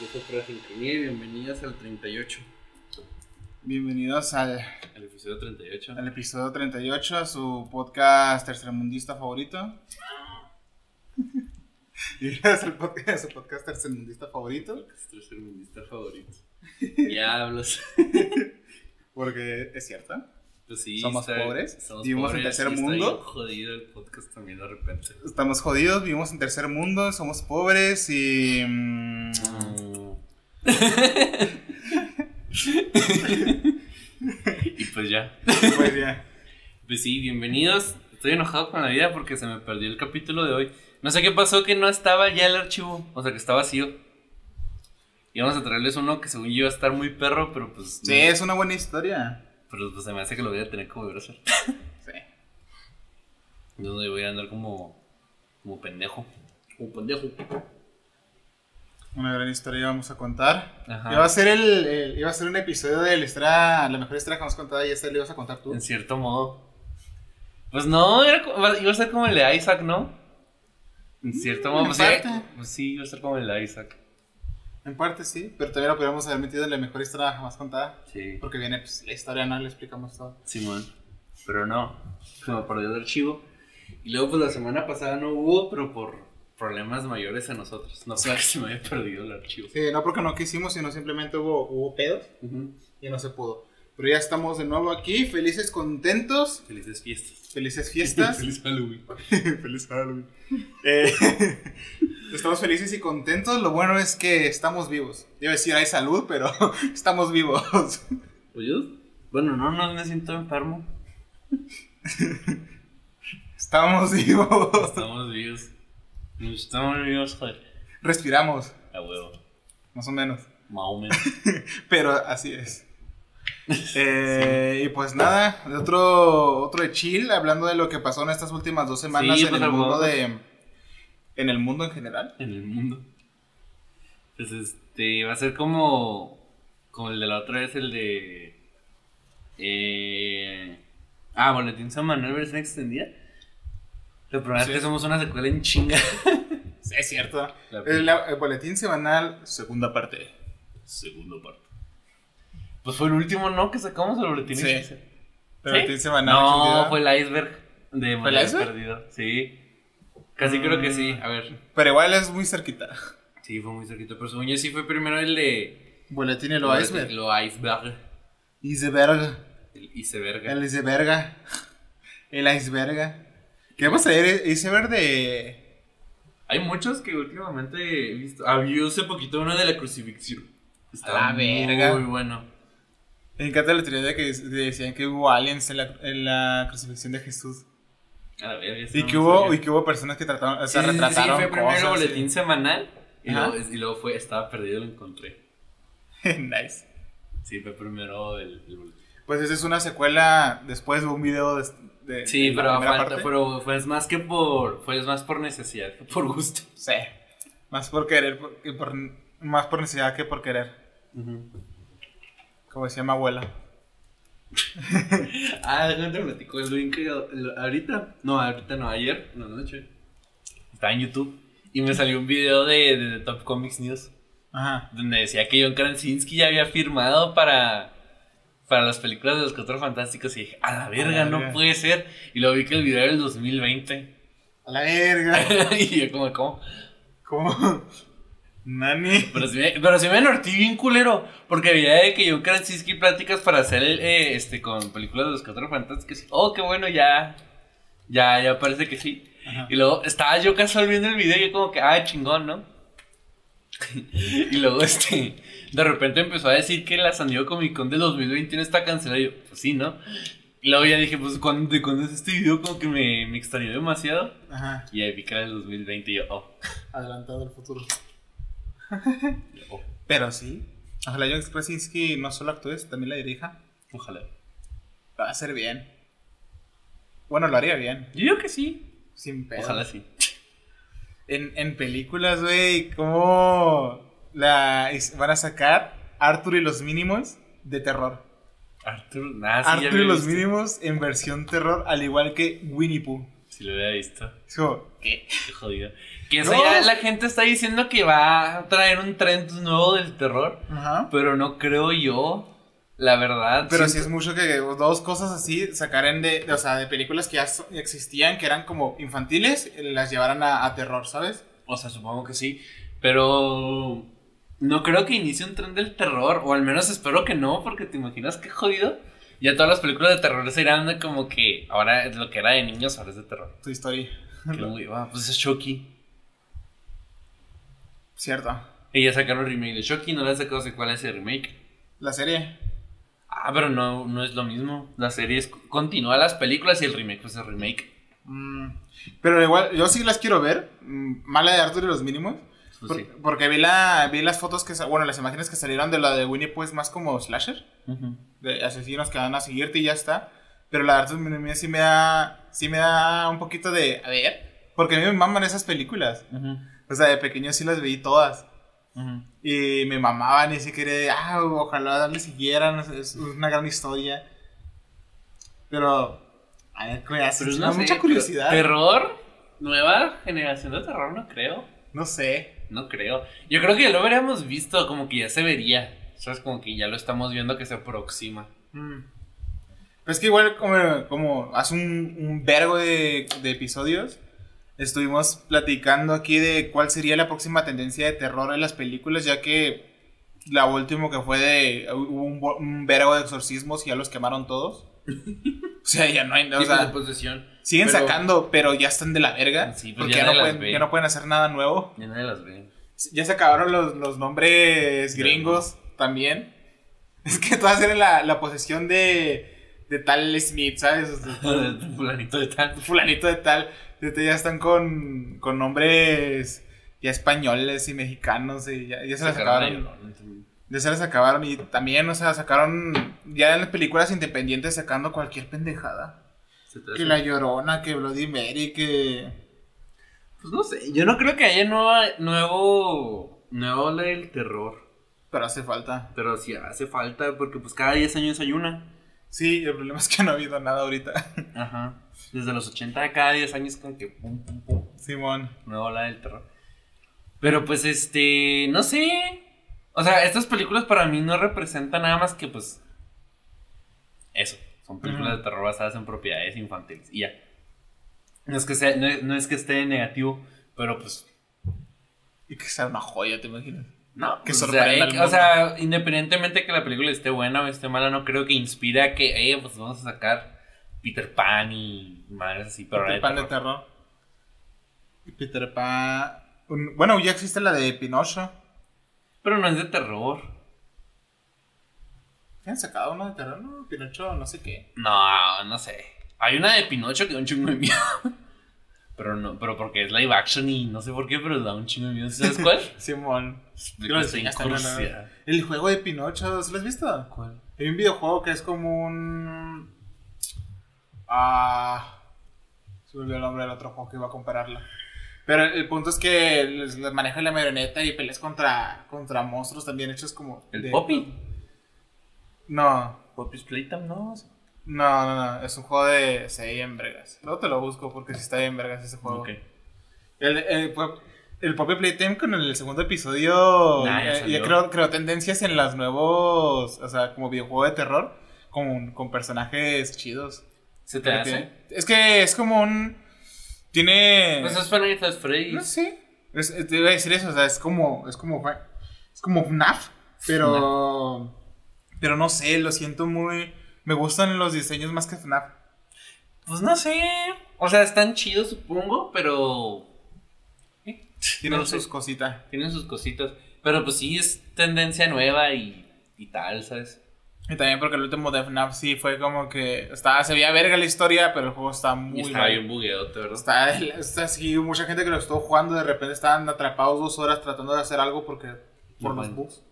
Yo soy Fred Sincronía y bienvenidos al 38. Bienvenidos al, Al episodio 38. al episodio 38, a su podcast tercermundista favorito. Y es el podcast, su podcast tercermundista favorito, Es tercer ministro favorito. Diablos. porque es cierto. Pues sí. Somos pobres, vivimos en tercer sí, está mundo. bien jodido el podcast también de repente. Estamos jodidos, vivimos en tercer mundo, somos pobres y... mm, y pues ya. pues ya. Pues sí, bienvenidos. Estoy enojado con la vida porque se me perdió el capítulo de hoy. No sé qué pasó que no estaba ya el archivo. O sea, que está vacío. Y vamos a traerles uno que según yo iba a estar muy perro, pero pues... Sí, no. es una buena historia. Pero pues se me hace que lo voy a tener que volver a hacer. Sí. Donde voy a andar como. como pendejo. Como pendejo. Una gran historia vamos a contar. Ajá. Iba a ser el, el- iba a ser un episodio de la historia, la mejor historia que hemos contado y esta le ibas a contar tú. En cierto modo. Pues no, era, co- va- iba a ser como el de Isaac, ¿no? En cierto modo, en pues, eh, parte. pues sí, iba a ser como el de Isaac. En parte sí, pero también lo podríamos haber metido en la mejor historia jamás contada. Sí. Porque viene pues, la historia, no le explicamos todo. Simón. Pero no, se me perdió el archivo. Y luego, pues la semana pasada no hubo, pero por problemas mayores a nosotros. No sé que se me había perdido el archivo. Sí, no porque no quisimos, sino simplemente hubo, hubo pedos Ujú. y no se pudo. Pero ya estamos de nuevo aquí, felices, contentos, Felices fiestas. felices fiestas. Feliz Halloween. Feliz Halloween. Eh, estamos felices y contentos. Lo bueno es que estamos vivos. Debo decir, hay salud, pero estamos vivos. Pues yo, bueno, no, no me siento enfermo. Estamos vivos. Estamos vivos. Estamos vivos, joder. Respiramos, A huevo. más o menos. Más o menos. Pero así es. Eh, Y pues nada, de otro, otro de chill, hablando de lo que pasó en estas últimas dos semanas Sí, en pues, el a mundo huevo. de. En el mundo en general. En el mundo. Pues este, va a ser como. Como el de la otra vez, el de. Eh, ah, Boletín Semanal, versión extendida. Lo probable Sí. es que somos una secuela en chinga. Sí, es cierto. La El, el boletín semanal, segunda parte. Segundo parte. Pues fue el último, ¿no? Que sacamos el boletín. Sí. extendido. ¿Sí? El boletín semanal. No, extendido. fue el iceberg de ¿Fue el Manuel iceberg? Perdido. Sí. Casi creo que sí. A ver. Pero igual es muy cerquita. Sí, fue muy cerquito. Pero según yo sí fue primero el de. Boletín y el lo iceberg. Lo iceberg. Iceberg. El iceberg. El iceberg. El iceberg. Queremos traer eh, iceberg de. Hay muchos que últimamente he visto. Había hace poquito uno de la crucifixión. A la verga. Muy bueno. Me encanta la teoría de que de- decían que hubo aliens en la, en la crucifixión de Jesús. A la verga. ese Y no que, me hubo, sabía. y que hubo personas que trataron, o Sí, sea, sí, sí, retrataron fue primero el cosas, boletín semanal. Y Ajá. luego, y luego fue. Estaba perdido, lo encontré. sí. nice. Sí, fue primero el, el boletín. Pues esa es una secuela después de un video de, de- Sí, de la pero, primera falta, parte. pero fue más que por. Fue más por necesidad que por gusto. Sí. Más por querer, por- que por- más por necesidad que por querer. Como decía mi abuela. Ah, déjame te platico el link que lo- ahorita, no, ahorita no, ayer, en la noche, estaba en YouTube y me salió un video de, de, The Top Comics News Ajá. donde decía que John Krasinski ya había firmado para, para las películas de los Cuatro Fantásticos y dije, a la verga, A la no verga. puede ser. Y lo vi que el video era del 2020 A la verga. y yo como, ¿cómo? ¿Cómo? Nani. Pero sí me, pero sí me enortí bien culero. Porque veía de que John Krasinski pláticas para hacer eh, este con películas de los cuatro fantásticos. Oh, qué bueno, ya. Ya, ya parece que sí. Ajá. Y luego estaba yo casual viendo el video y yo como que, ah, chingón, ¿no? y luego este, de repente empezó a decir que la San Diego Comic Con del 2021 está cancelada. Y yo, pues sí, ¿no? Y luego ya dije, pues ¿cuándo, ¿de cuándo es este video? Como que me, me extrañó demasiado. Ajá. Y ahí vi que era del 2020 y yo, oh, Adelantado al futuro. y yo, oh, Pero sí. Ojalá John Krasinski no solo actúe, también la dirija. ojalá. Lo va a hacer bien. Bueno, lo haría bien. Yo digo que sí. Sin pedo. Ojalá sí. En, en películas, güey, ¿cómo la es- van a sacar Arthur y los Mínimos de terror? Arthur, nada, sí, ya Arthur y había los visto. Mínimos en versión terror, al igual que Winnie Pooh. Si lo hubiera visto. Es como, Qué, qué jodido. Que No. eso ya la gente está diciendo que va a traer un trend nuevo del terror. ajá. Pero no creo yo. La verdad. Pero sí siento- es mucho que dos cosas así sacaran de, de- o sea, de películas que ya so- existían, que eran como infantiles, las llevaran a, a terror, ¿sabes? O sea, supongo que sí. Pero. No creo que inicie un tren del terror. O al menos espero que no, porque te imaginas qué jodido. Ya todas las películas de terror se irán de como que ahora es lo que era de niños ahora es de terror. Tu historia. Qué hueva, pues es Chucky. Cierto. Y ya sacaron remake de Chucky, no le han sacado secuela a ese remake. La serie. Ah, pero no, no es lo mismo. La serie es- continúa las películas y el remake pues es remake. Mm, pero igual, yo sí las quiero ver. Mm, Mala de Arthur y los mínimos. Pues Por- sí. Porque vi, la, vi las fotos que, sa- bueno, las imágenes que salieron de la de Winnie, pues más como slasher, Ujú. de asesinos que van a seguirte y ya está. Pero la verdad, pues, mi- mi- sí me da, sí me da un poquito de, a ver, porque a mí me maman esas películas. Ujú. O sea, de pequeño sí las vi todas. Ujú. Y me mamaban y sí quería, ah, ojalá le siguieran, es- es una gran historia. Pero, a ver, ¿qué haces? Pero Me no da sé, mucha pero curiosidad. Terror, nueva generación de terror, no creo. No sé. No creo. Yo creo que ya lo habríamos visto, como que ya se vería. ¿Sabes? Como que ya lo estamos viendo que se aproxima. Mm. Pero es que igual como, como hace un, un vergo de, de episodios estuvimos platicando aquí de cuál sería la próxima tendencia de terror en las películas, ya que la última que fue de hubo un, bo- un vergo de exorcismos y ya los quemaron todos. O sea, ya no hay, o Tipos de sea, posesión. siguen pues, pero- sacando, pero ya están de la verga, Sí, pues porque ya ya no, nadie las pueden, ve. ya no pueden hacer nada nuevo. Ya nadie las ve. Ya se acabaron los, los nombres gringos también. Es que todas eran la, la posesión de, de tal Smith, ¿sabes? O sea, Un Fulanito de tal. fulanito de tal. Ahorita ya están con, con nombres ya españoles y mexicanos y ya, ya se las Sacaron acabaron. a Llorón. Ya se las acabaron y también, o sea, sacaron ya en las películas independientes sacando cualquier pendejada. Se te hace- Que La Llorona, que Bloody Mary, que... Pues no sé, yo no creo que haya nueva, nuevo, nuevo ola del terror. Pero hace falta. Pero sí hace falta porque pues cada 10 años hay una. Sí, el problema es que no ha habido nada ahorita. Ajá. Desde los 80 cada 10 años como que pum, pum, pum. Simón. Nueva ola del terror. Pero pues este, no sé. O sea, estas películas para mí no representan nada más que pues eso. Son películas Ujú. de terror basadas en propiedades infantiles. Y ya. No es que sea, no, es- no es que esté negativo, pero pues Y que sea una joya, ¿te imaginas? No, Que o sea, sorprenda eh, al que- mundo. O sea, independientemente que la película esté buena o esté mala, no creo que inspire a que, eh, pues vamos a sacar Peter Pan y madres así, pero Peter ahora Pan de de terror. terror. Peter Pan. un- bueno, ya existe la de Pinocho. Pero no es de terror. ¿Han sacado una de terror? No, Pinocho, no sé qué. No, no sé. Hay una de Pinocho que da un chingo de miedo. Pero no, pero porque es live action y no sé por qué, pero da un chingo de miedo. ¿Sabes cuál? Simón. De Creo que que se sí, hasta la incursia. nueva. El juego de Pinocho, ¿se lo has visto? ¿Cuál? Hay un videojuego que es como un. Ah. Se me olvidó el nombre del otro juego que iba a compararlo. Pero el, el punto es que les- les maneja la marioneta y peleas contra, contra monstruos también hechos como. ¿El de- Poppy? No, ¿Poppy's Playtime? No. No, no, no, es un juego de 6 en vergas. Luego te lo busco porque sí está bien vergas ese juego. Ok. El, el, pop- el Poppy Playtime con el segundo episodio Nah, ya eh, salió. creó, creó tendencias en los nuevos, o sea, como videojuego de terror con, con personajes chidos. ¿Se te Porque hace? tiene- Es que es como un... Tiene... Pues es Fanny Freddy. no sé. Es- te iba a decir eso, o sea, es como... Es como, fa- es como FNAF, pero... Pero no sé, lo siento muy... Me gustan los diseños más que FNAF. Pues no sé. O sea, están chidos, supongo, pero. eh, Tienen no sé, sus cositas. tienen sus cositas. Pero pues sí, es tendencia nueva y, y tal, ¿sabes? Y también porque el último de FNAF sí fue como que estaba, se veía verga la historia, pero el juego está y muy estaba mal. bien bugueado, ¿verdad? Está, está así, mucha gente que lo estuvo jugando de repente estaban atrapados dos horas tratando de hacer algo porque por No los pueden. bugs.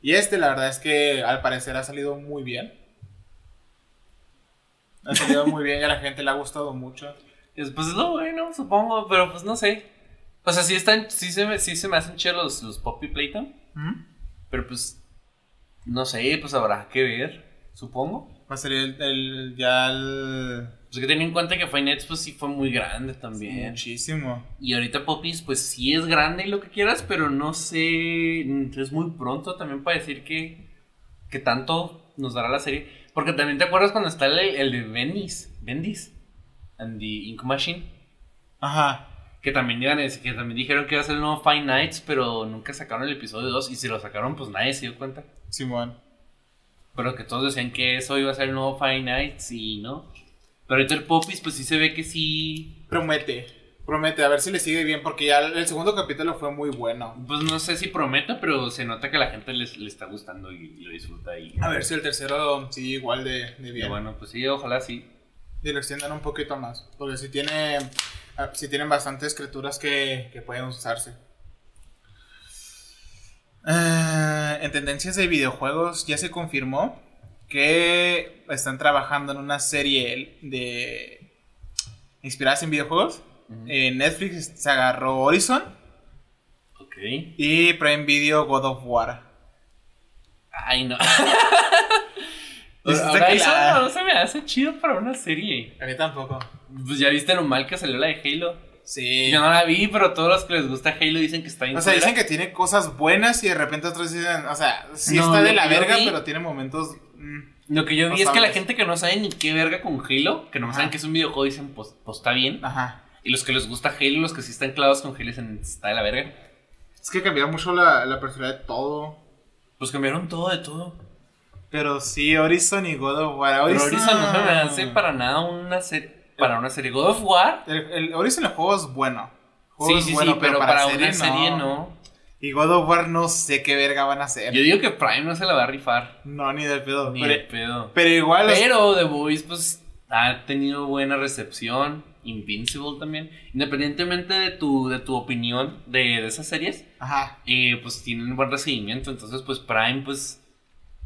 Y este la verdad es que al parecer ha salido muy bien. Ha salido muy bien y a la gente le ha gustado mucho. Es- Pues es lo bueno, supongo, pero pues no sé. O sea, sí, están, sí, se, me, sí se me hacen chidos los, los Poppy Playtime, pero pues. No sé, pues habrá que ver, supongo. Va a salir el, el- ya el... Pues hay que tener en cuenta que Finex pues sí fue muy grande también. Muchísimo. Y ahorita Popis, pues sí es grande y lo que quieras, pero no sé. mm, Es muy pronto también para decir que, que tanto nos dará la serie. Porque también te acuerdas cuando está el, el de Bendis, Bendis and the Ink Machine. Ajá. Que también, iban a decir- que también dijeron que iba a ser el nuevo Five Nights, pero nunca sacaron el episodio 2. Y si lo sacaron, pues nadie se dio cuenta. Simón. Pero que todos decían que eso iba a ser el nuevo Five Nights y no. Pero ahorita el Popis, pues sí se ve que sí. Promete. Promete. A ver si le sigue bien. Porque ya el segundo capítulo fue muy bueno. Pues no sé si prometa, pero se nota que la gente les- le está gustando y, y lo disfruta. Y, A ver si el tercero sigue igual de, de Y bien. bueno, pues sí, ojalá sí. Y lo extiendan un poquito más. Porque si tiene... ah, Si tienen bastantes criaturas que, que pueden usarse. Ah, en tendencias de videojuegos ya se confirmó que están trabajando en una serie de... inspiradas en videojuegos. Eh, Netflix se agarró Horizon Ok. y Prime Video God of War. Ay, no. Dices, Ahora "Saca eso Pues, la-". no se me hace chido para una serie. A mí tampoco. Pues ya viste lo mal que salió la de Halo. Sí. Yo no la vi, pero todos los que les gusta Halo dicen que está bien. O sea, culera. dicen que tiene cosas buenas y de repente otros dicen, o sea, sí No, está lo de la que yo verga, vi- pero tiene momentos... mm, Lo que yo vi es no que la sabes. gente que no sabe ni qué verga con Halo, que no Ajá. Ah. saben que es un videojuego, dicen, pues, pues está bien. ajá. Y los que les gusta Halo, los que sí están clavados con Halo, dicen, está de la verga. Es que cambió mucho la, la personalidad de todo. Pues cambiaron todo de todo. Pero sí, Horizon y God of War. Pero Horizon no se me hace para nada una serie. Para una serie. God of War. El, el Horizon el juego es bueno. El juego Sí, es sí, bueno, sí, Pues, pero para, una serie no. Y God of War no sé qué verga van a hacer. Yo digo que Prime no se la va a rifar. No, ni del pedo. Ni de pero, pedo. pero igual... los- Pero The Voice, pues, ha tenido buena recepción. Invincible también. Independientemente de tu, de tu opinión de, de esas series, Ajá. eh, pues tienen buen recibimiento. Entonces, pues Prime, pues.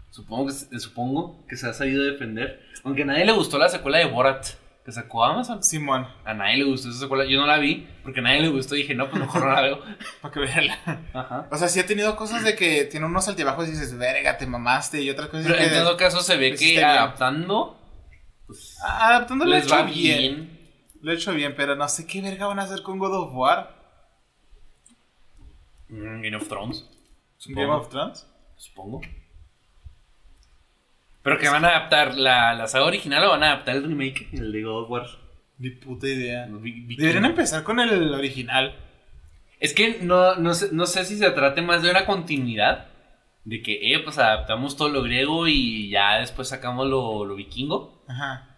Supongo que, se- supongo que se ha sabido defender. Aunque a nadie le gustó la secuela de Borat que sacó Amazon. Simón, A nadie le gustó esa secuela. Yo no la vi porque a nadie le gustó. Dije, no, pues mejor no la veo. para que vean Ajá. O sea, sí ha tenido cosas de que tiene unos altibajos y dices, verga, te mamaste. Y otras cosas Pero que... en todo caso se ve pues, que está bien. Ah, adaptando pues, A- Adaptando lo he les va hecho bien. bien. Lo he hecho bien, pero no sé qué verga van a hacer con God of War. Mm, Game of Thrones, Supongo. Game of Thrones. supongo. Pero que van a adaptar la, la saga original o van a adaptar el remake, el de God of War. Ni puta idea. Vi- vi- Deberían empezar con el original. Es que no, no, sé, no sé si se trate más de una continuidad. De que, eh, pues adaptamos todo lo griego y ya después sacamos lo, lo vikingo. Ajá.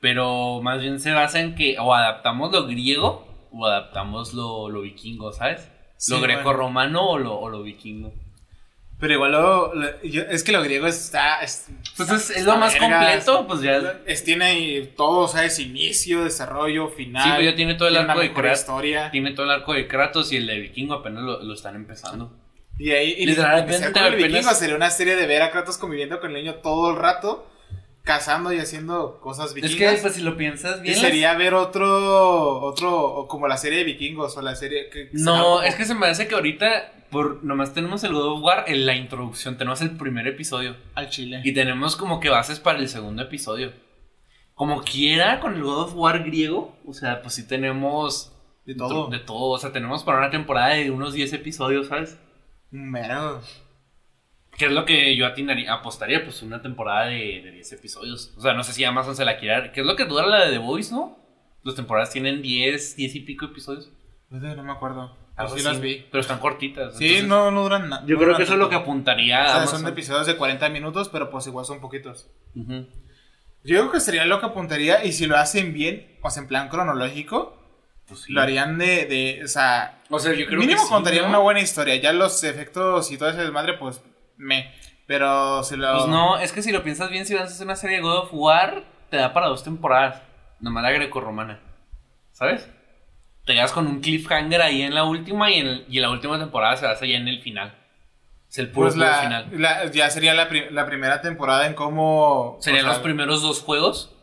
Pero más bien se basa en que o adaptamos lo griego o adaptamos lo, lo vikingo, ¿sabes? Sí, lo bueno. greco-romano o, lo, o lo vikingo. Pero igual lo, lo- yo- es que lo griego está. Es, Pues es, es está lo más vergas. completo, pues ya. Sí, Es- tiene ahí todo, ¿sabes? Inicio, desarrollo, final. pues ya tiene todo el tiene una arco de mejor Kratos. historia. Tiene todo el arco de Kratos y el de vikingo apenas lo, lo están empezando. Y ahí y Literalmente empezar con el apenas- vikingo sería una serie de ver a Kratos conviviendo con el niño todo el rato, cazando y haciendo cosas vikingas. Es que pues si lo piensas Y bien. sería ver otro, otro, o como la serie de vikingos o la serie que... que las- No, sea como- es que se me hace que ahorita por nomás tenemos el God of War en la introducción, tenemos el primer episodio. Al chile. Y tenemos como que bases para el segundo episodio. Como quiera, con el God of War griego, o sea, pues sí tenemos de todo. de todo. O sea, tenemos para una temporada de unos 10 episodios, ¿sabes? Mero. Que es lo que yo atinaría, apostaría, pues una temporada de, de 10 episodios. O sea, no sé si Amazon se la quiera. Que es lo que dura la de The Voice, ¿no? Las temporadas tienen 10, 10 y pico episodios. Pues No, no me acuerdo. Algo sí así, las vi. Pero están cortitas. Sí, entonces, no, no duran nada. Yo creo que eso es lo que apuntaría O a sea, Amazon. son episodios de 40 minutos, pero pues igual son poquitos. Ujú. Yo creo que sería lo que apuntaría y si lo hacen bien, o sea, en plan cronológico, Pues sí. lo harían de, de, o sea, O sea, yo creo mínimo que sí, contarían ¿no? una buena historia. Ya los efectos y todo ese desmadre, pues, me. Pero si lo... Pues no, es que si lo piensas bien, si vas a hacer una serie de God of War, te da para dos temporadas. Nomás la grecorromana. ¿Sabes? Te quedas con un cliffhanger ahí en la última y, en el- y la última temporada se hace ya en el final. Es el puro, Pues puro la, final. la- ya sería la, pri- la primera temporada en cómo... pues, Serían o sea, los primeros dos juegos.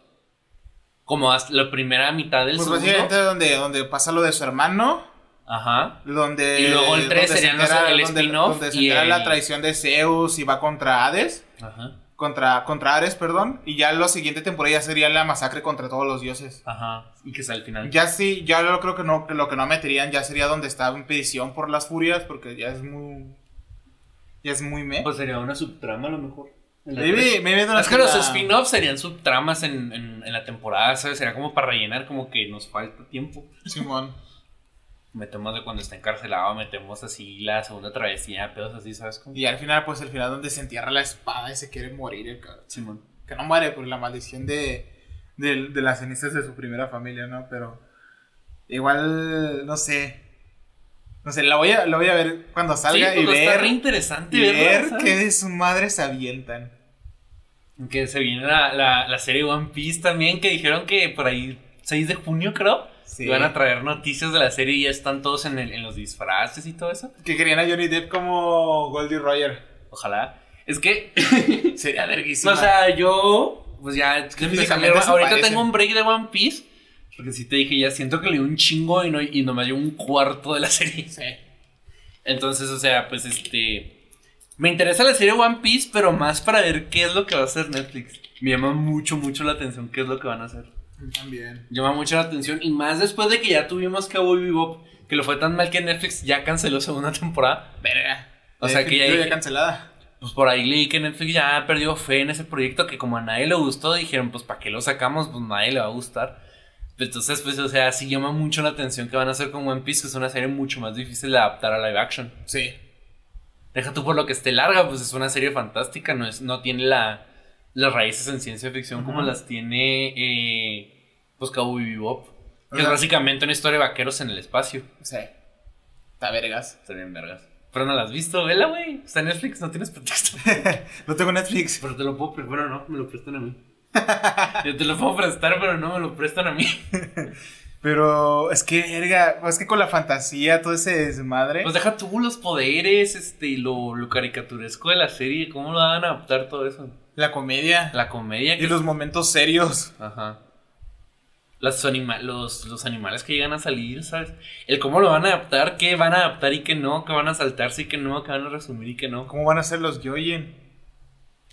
Como hasta la primera mitad del Pues básicamente segundo. donde, donde pasa lo de su hermano, Ajá. donde... Y luego el tres donde se serían los- el donde- spin-off Donde se y entera el- la traición de Zeus y va contra Hades. Ajá. Contra, contra Ares, perdón. Y ya la siguiente temporada ya sería la masacre contra todos los dioses. Ajá. Y que sea al final. Ya sí, ya lo creo que no, que lo que no meterían ya sería donde está en prisión por las furias, porque ya es muy. Ya es muy me. O sería una subtrama a lo mejor. En la Maybe- maybe tres. Pues, Es que los una- spin-offs serían subtramas en, en, en la temporada, ¿sabes? Sería como para rellenar, como que nos falta tiempo. Simón. Metemos de cuando está encarcelado, metemos así la segunda travesía, pedos así, ¿sabes? Como... Y al final, pues el final donde se entierra la espada y se quiere morir el cabrón. Simón. Que no muere por la maldición de, de, de las cenizas de su primera familia, ¿no? Pero igual, no sé. No sé, la voy a, la voy a ver cuando salga sí, y pero pues, está ver, re interesante y ver verlo, qué ¿sabes? de su madre se avientan. Que se viene la, la, la serie One Piece también, que dijeron que por ahí 6 de junio, creo. Sí. Y van a traer noticias de la serie y ya están todos en, el- en los disfraces y todo eso. Que querían a Johnny Depp como Goldie Roger. Ojalá. Es que, Sería verguísima. o sea, yo, pues ya, es que empecé a leer- Físicamente se ahorita parecen. tengo un break de One Piece. Porque si te dije, ya siento que leí un chingo y, no, y nomás llevo un cuarto de la serie. Sí. Entonces, o sea, pues este. Me interesa la serie One Piece, pero más para ver qué es lo que va a hacer Netflix. Me llama mucho, mucho la atención qué es lo que van a hacer. También. Llama mucho la atención. Y más después de que ya tuvimos Cowboy Bebop, que lo fue tan mal que Netflix ya canceló segunda temporada. Verga. O sea, que ya- Definitiva Eh, cancelada. Pues por ahí leí que Netflix ya perdió fe en ese proyecto que como a nadie le gustó, dijeron, pues ¿para qué lo sacamos? Pues nadie le va a gustar. Entonces, pues, o sea, sí llama mucho la atención que van a hacer con One Piece, que es una serie mucho más difícil de adaptar a live action. Sí. Deja tú por lo que esté larga, pues es una serie fantástica, no, es, no tiene la, las raíces en ciencia ficción como Ajá. las tiene eh, pues Cowboy Bebop, que es Ajá. básicamente una historia de vaqueros en el espacio. Sí. Está vergas. Está bien, vergas. Pero no la has visto, vela, güey. Está en Netflix, no tienes pretexto. No tengo Netflix. pero te lo puedo prestar, bueno, no, me lo prestan a mí. Yo te lo puedo prestar, pero no me lo prestan a mí. Pero es que, verga, pues es que con la fantasía, todo ese desmadre. Pues deja tú los poderes, este, y lo, lo caricaturesco de la serie, cómo lo van a adaptar todo eso. La comedia. La comedia que Y los momentos serios. Ajá. Las anima- los, los animales que llegan a salir, ¿sabes? El cómo lo van a adaptar, qué van a adaptar y qué no, qué van a saltarse y qué no, qué van a resumir y qué no. ¿Cómo van a ser los Gyoyen?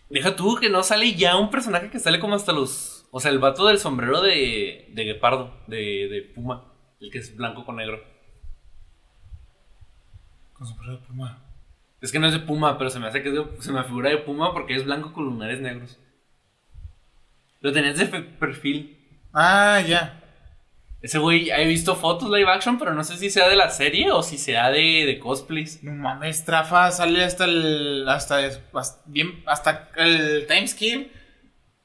Deja tú que no sale ya un personaje que sale como hasta los. O sea, el vato del sombrero de, de guepardo, de, de puma, el que es blanco con negro. Con su propia pluma. Es que no es de puma, pero se me hace que es de- se me figura de puma porque es blanco con lunares negros. Lo tenías de pe- perfil. Ah, ya. Ese güey, he visto fotos live action, pero no sé si sea de la serie o si sea de, de cosplays. No mames, Trafa sale hasta el. hasta des- hasta, bien, hasta el timeskip.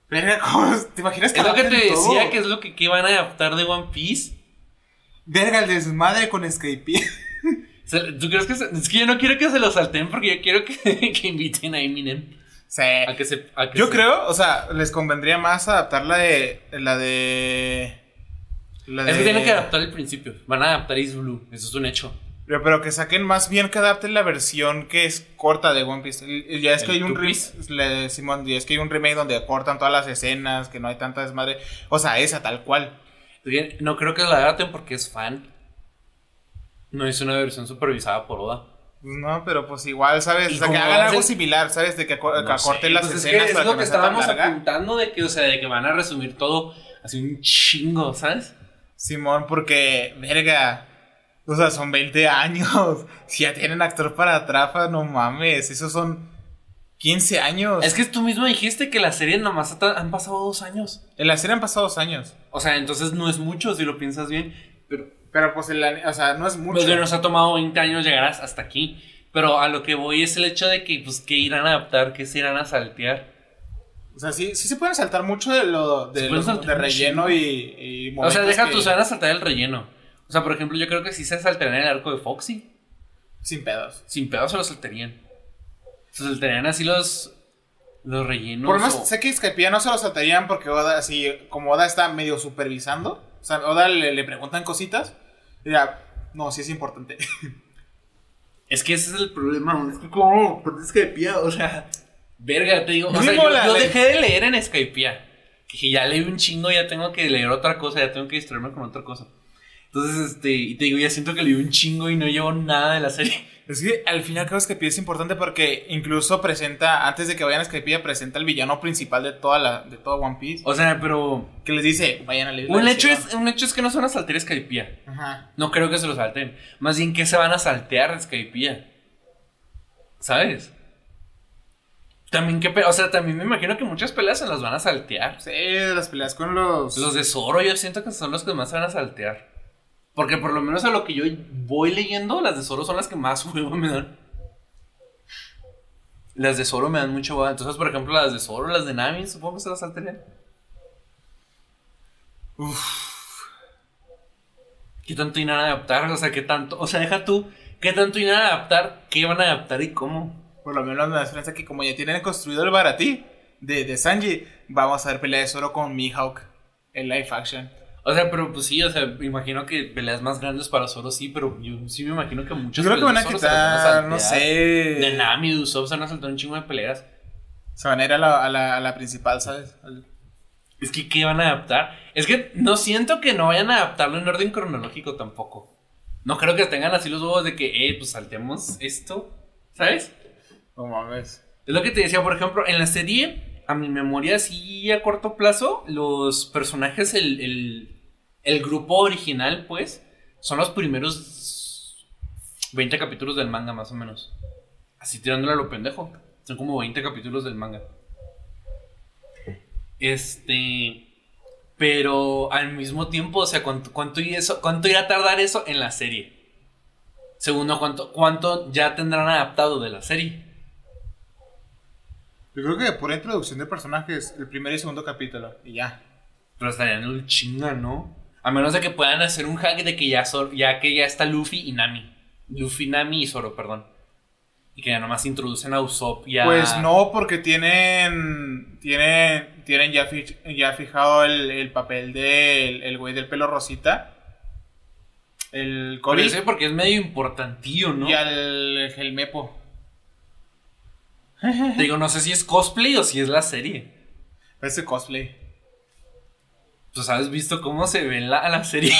Verga, ¿cómo es? ¿Te imaginas Es lo que te adapten todo? decía, que es lo que, que van a adaptar de One Piece. Verga, el desmadre con Skype. Se- ¿Tú crees que se- Es que yo no quiero que se lo salten porque yo quiero que, que inviten a Eminem. sí. A que se, a que Yo se- creo, o sea, les convendría más adaptar la de. la de. La Es que tienen que adaptar el principio. Van a adaptar Is Blue. Eso es un hecho. Pero, pero que saquen más bien que adapten la versión que es corta de One Piece. El- el- Ya es que ¿El hay un Two re- Piece? le- Simón, ya es que hay un remake donde cortan todas las escenas, que no hay tanta desmadre. O sea, esa tal cual. Es que No creo que la adapten porque es fan. No es una versión supervisada por Oda. No, pero pues igual, ¿sabes? Y O sea, que como hagan algo hacen- similar, ¿sabes? De que, aco- que No sé, acorten las pues es que escenas Es para lo que que, no sea tan estábamos larga. apuntando de que, o sea, de que van a resumir todo así un chingo, ¿sabes? Simón, porque, verga. O sea, son 20 años. Si ya tienen actor para Trafa, no mames. Esos son 15 años. Es que tú mismo dijiste que la serie nomás ha ta- han pasado dos años. En la serie han pasado dos años. O sea, entonces no es mucho si lo piensas bien. Pero Pero pues, en la- o sea, no es mucho. pues, nos ha tomado 20 años llegar as- hasta aquí. Pero a lo que voy es el hecho de que, pues, ¿qué irán a adaptar? ¿Qué se irán a saltear? O sea, sí, sí se pueden saltar mucho de lo Se de, pueden los- saltar de un relleno chingo. y, y o sea, momentos deja que- tú, se van a saltar el relleno. O sea, por ejemplo, yo creo que si se saltarían el arco de Foxy. Sin pedos. Sin pedo se lo saltarían. Se saltarían así los, los rellenos. Por más, o- sé que Skype ya no se lo saltarían porque Oda, así, como Oda está medio supervisando, o sea, Oda le, le preguntan cositas, y ya, no, sí es importante. Es que ese es el problema, güey. Es que como, por Skypea, o sea. Verga, te digo. O sea, Mismo yo, la- yo la- dejé de leer en Skypea. Que ya leí un chingo, ya tengo que leer otra cosa, ya tengo que distraerme con otra cosa. Entonces, este, y te digo, ya siento que le dio un chingo y no llevo nada de la serie. Es que al final creo que es importante porque incluso presenta, antes de que vayan a Skypiea, presenta al villano principal de toda la, de toda One Piece. O sea, pero. Que les dice, vayan a leer. Un hecho, es, un hecho es que no se van a saltar Skypiea. Ajá. No creo que se lo salten. Más bien que se van a saltear Skypiea. ¿Sabes? También que, o sea, también me imagino que muchas peleas se las van a saltear. Sí, las peleas con los. Los de Zoro yo siento que son los que más se van a saltear. Porque por lo menos a lo que yo voy leyendo, las de Zoro son las que más huevo me dan. Las de Zoro me dan mucho huevo. Entonces, por ejemplo, las de Zoro, las de Nami, supongo que se las saltarían. ¿Qué tanto irán a adaptar? O sea, ¿qué tanto? O sea, deja tú, ¿qué tanto irán a adaptar? ¿Qué van a adaptar y cómo? Por lo menos me da esperanza que como ya tienen construido el baratí de, de Sanji, vamos a ver pelea de Zoro con Mihawk en live action. O sea, pero pues sí, o sea, me imagino que peleas más grandes para Zoro sí, pero yo sí me imagino que Yo muchas creo que peleas van a de Zoro se las van a quitar, no saltear. sé. De Nami, de Usopp se van a saltar un chingo de peleas. Se van a ir a la, a la, a la principal, ¿sabes? Al- Es que, ¿qué van a adaptar? Es que no siento que no vayan a adaptarlo en orden cronológico tampoco. No creo que tengan así los huevos de que, eh, pues saltemos esto, ¿sabes? No mames. Es lo que te decía, por ejemplo, en la serie, a mi memoria, así a corto plazo, los personajes, el, el, el grupo original, pues, son los primeros 20 capítulos del manga, más o menos. Así tirándole a lo pendejo. Son como 20 capítulos del manga. Este. Pero al mismo tiempo, o sea, ¿cuánto, cuánto, y eso, cuánto irá a tardar eso en la serie? Segundo, ¿cuánto, ¿cuánto ya tendrán adaptado de la serie? Yo creo que por introducción de personajes, el primer y segundo capítulo, y ya. Pero estarían un chinga, ¿no? A menos de que puedan hacer un hack de que ya, Zor- ya que ya está Luffy y Nami. Luffy, Nami y Zoro, perdón. Y que ya nomás introducen a Usopp y a... Pues no, porque tienen. Tienen. Tienen ya, fich- ya fijado el, el papel del el güey del pelo rosita. El Pero Cory ese porque es medio importantío, ¿no? y al Gelmepo. Te digo, no sé si es cosplay o si es la serie. Ese cosplay. Pues has visto cómo se ve la, la serie.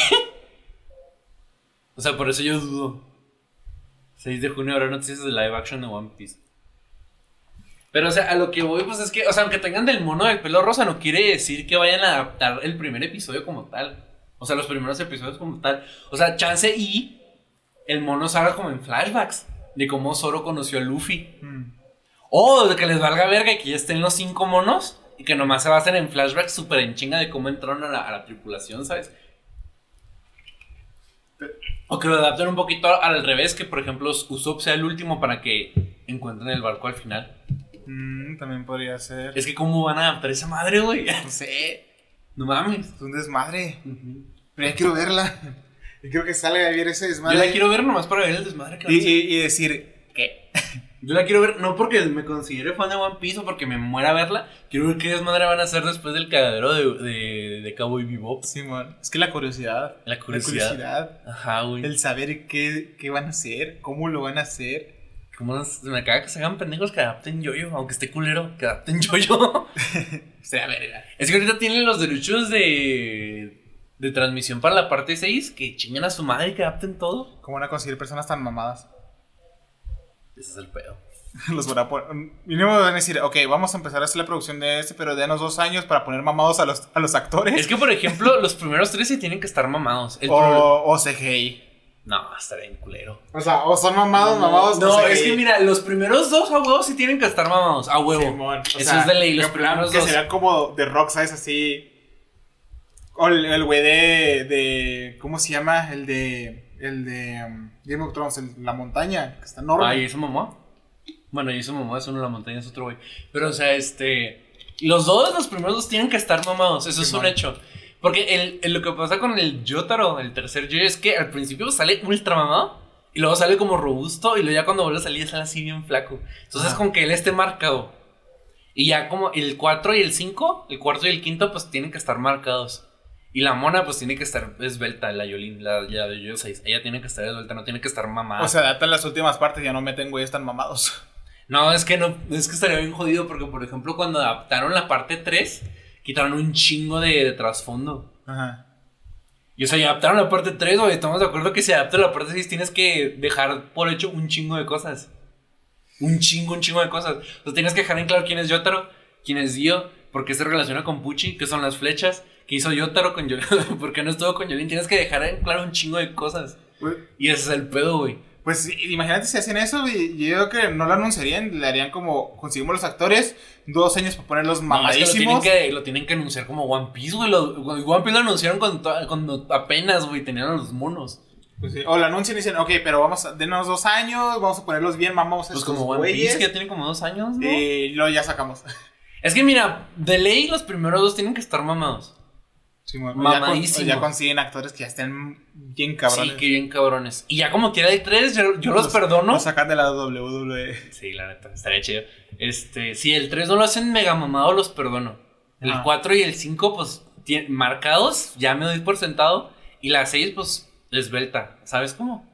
o sea, por eso yo dudo. 6 de junio habrá noticias de live action de One Piece. Pero, o sea, a lo que voy, pues es que, o sea, aunque tengan del mono del pelo rosa, no quiere decir que vayan a adaptar el primer episodio como tal. O sea, los primeros episodios como tal. O sea, chance y el mono salga como en flashbacks de cómo Zoro conoció a Luffy. Mm. O de que les valga verga y que ya estén los cinco monos y que nomás se basen en flashbacks súper en chinga de cómo entraron a la, a la tripulación, ¿sabes? O que lo adapten un poquito al revés, que por ejemplo Usopp sea el último para que encuentren el barco al final. Mm, también podría ser. Es que cómo van a adaptar esa madre, güey. No sé. No mames. Es un desmadre. Pero ya quiero verla. Y quiero que salga a ver ese desmadre. Yo la quiero ver nomás para ver el desmadre que va a Y, ser. y- y decir, ¿qué? Yo la quiero ver no porque me considere fan de One Piece o porque me muera verla. Quiero ver qué desmadre van a hacer después del cagadero de, de, de Cowboy Bebop. Simón, es que la curiosidad. La curiosidad. La curiosidad. Ajá, güey. El saber qué, qué van a hacer, cómo lo van a hacer. Como nos- me caga que se hagan pendejos que adapten yo-yo, aunque esté culero, que adapten yo-yo. Será verga. es que ahorita tienen los derechos de, de transmisión para la parte 6, que chingan a su madre y que adapten todo. ¿Cómo van a conseguir personas tan mamadas? Ese es el pedo. Los van a poner. Mínimo van a decir, ok, vamos a empezar a hacer la producción de este, pero denos dos años para poner mamados a los, a los actores. Es que, por ejemplo, los primeros tres se tienen que estar mamados. Oh. El problema- o, o CGI. No, estar bien culero. O sea, o son mamados, Ah, mamados. pues, No, es que mira, los primeros dos a huevo sí tienen que estar mamados. A huevo. Eso es de ley, los primeros que dos. se vean como de rock, ¿sabes? Así. O el el güey de, de. ¿Cómo se llama? El de. El de. um, Game of Thrones, el- la montaña, que está enorme. Ah, ¿y eso mamá? Bueno, y eso mamá es uno de la montaña, es otro güey. Pero, o sea, este. Los dos, los primeros dos tienen que estar mamados, eso es un Simón. hecho. Porque el, el- lo que pasa con el Yotaro, el tercer yo, es que al principio sale ultra mamado y luego sale como robusto y luego ya cuando vuelve a salir sale así bien flaco. Entonces, Ajá. con que él esté marcado. Y ya como el 4 y el 5, el cuarto y el quinto, pues tienen que estar marcados. Y la mona, pues tiene que estar esbelta, la Yolín, la, la de Yo 6. Ella tiene que estar esbelta, no tiene que estar mamada. O sea, adaptan las últimas partes, ya no meten güeyes tan mamados. No, es que no, es que estaría bien jodido porque, por ejemplo, cuando adaptaron la parte 3, quitaron un chingo de, de trasfondo. Ajá. Y o sea, ya adaptaron la parte 3, güey. Estamos de acuerdo que si adapta la parte 6 tienes que dejar por hecho un chingo de cosas. Un chingo, un chingo de cosas. O sea, tienes que dejar en claro quién es Yotaro, quién es Dio, por qué se relaciona con Puchi, qué son las flechas, qué hizo Yotaro con Yolín, por qué no estuvo con Yolín. Tienes que dejar en claro un chingo de cosas. Güey, Y ese es el pedo, güey. Pues sí, imagínate si hacen eso, güey, yo creo que no lo anunciarían, le harían como, conseguimos los actores, dos años para ponerlos Mamá, es que lo tienen mamadísimos. que, lo tienen que anunciar como One Piece, güey. Lo- güey, One Piece lo anunciaron cuando, to- cuando apenas, güey, tenían a los monos. Pues sí, O lo anuncian y dicen, ok, pero vamos, a, denos dos años, vamos a ponerlos bien, mamamos a Pues estos como One güeyes, Piece, que ya tiene como dos años, ¿no? Y lo ya sacamos. Es que mira, de ley los primeros dos tienen que estar mamados. Sí, mo- o ya con- Mamadísimos. o Ya, consiguen actores que ya estén bien cabrones. Sí, que bien cabrones. Y ya como quiera hay tres, yo, yo los, Los- perdono. Lo sacan de la E. WWE. Sí, la neta, estaría chido. Este, si el 3 no lo hacen mega mamado, los perdono. El Ah. 4 y el 5, pues, tie- marcados, ya me doy por sentado. Y la 6, pues, esbelta, ¿sabes cómo?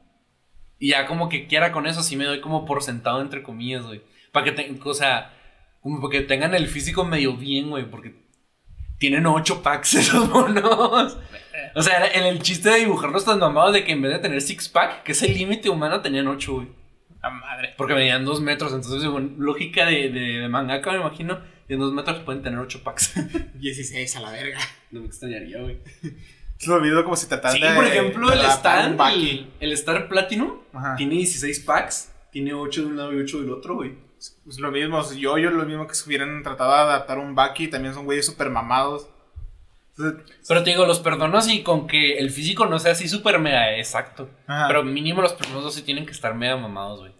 Y ya como que quiera con eso, sí me doy como por sentado, entre comillas, güey. Para que, te- o sea, como para que tengan el físico medio bien, güey, porque tienen 8 packs esos monos. O sea, en el chiste de dibujarlos tan mamados de que en vez de tener six pack, que es el límite humano, tenían 8, güey. La madre. Porque medían dos metros, entonces según lógica de, de, de mangaka me imagino, y en dos metros pueden tener ocho packs. 16 a la verga. no me extrañaría, güey. Se lo olvidó como si tratara Sí, de. por ejemplo, el de adaptar un Star, Baki. el, el Star Platinum, Ajá. tiene 16 packs, tiene 8 de un lado y 8 del otro, güey. Pues lo mismo, yo, yo lo mismo que se hubieran tratado de adaptar un Baki, también son güeyes super mamados. Entonces, Pero te digo, los perdono y con que el físico no sea así súper mega exacto. ajá. Pero mínimo los primeros dos sí tienen que estar mega mamados, güey.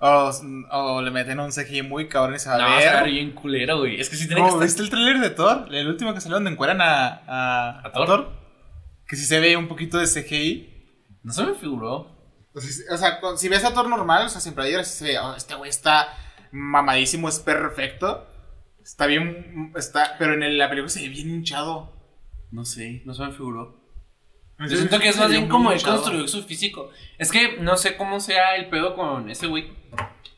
O, o le meten un CGI muy cabrón y se va No, a va a estar ver. bien culero, güey. Es que sí tienen Como que estar... viste el tráiler de Thor, el último que salió donde encueran a, a, ¿A Thor? que si se ve un poquito de CGI. No se me figuró. O sea, o sea, con- si ves a Thor normal, o sea, siempre ayer se ve, "Oh, este güey está mamadísimo, es perfecto. Está bien, está, pero en el- la película se ve bien hinchado. No sé, no se me figuró. Me Yo siento que es más se ve bien muy como él hinchado. construyó su físico. Es que no sé cómo sea el pedo con ese güey.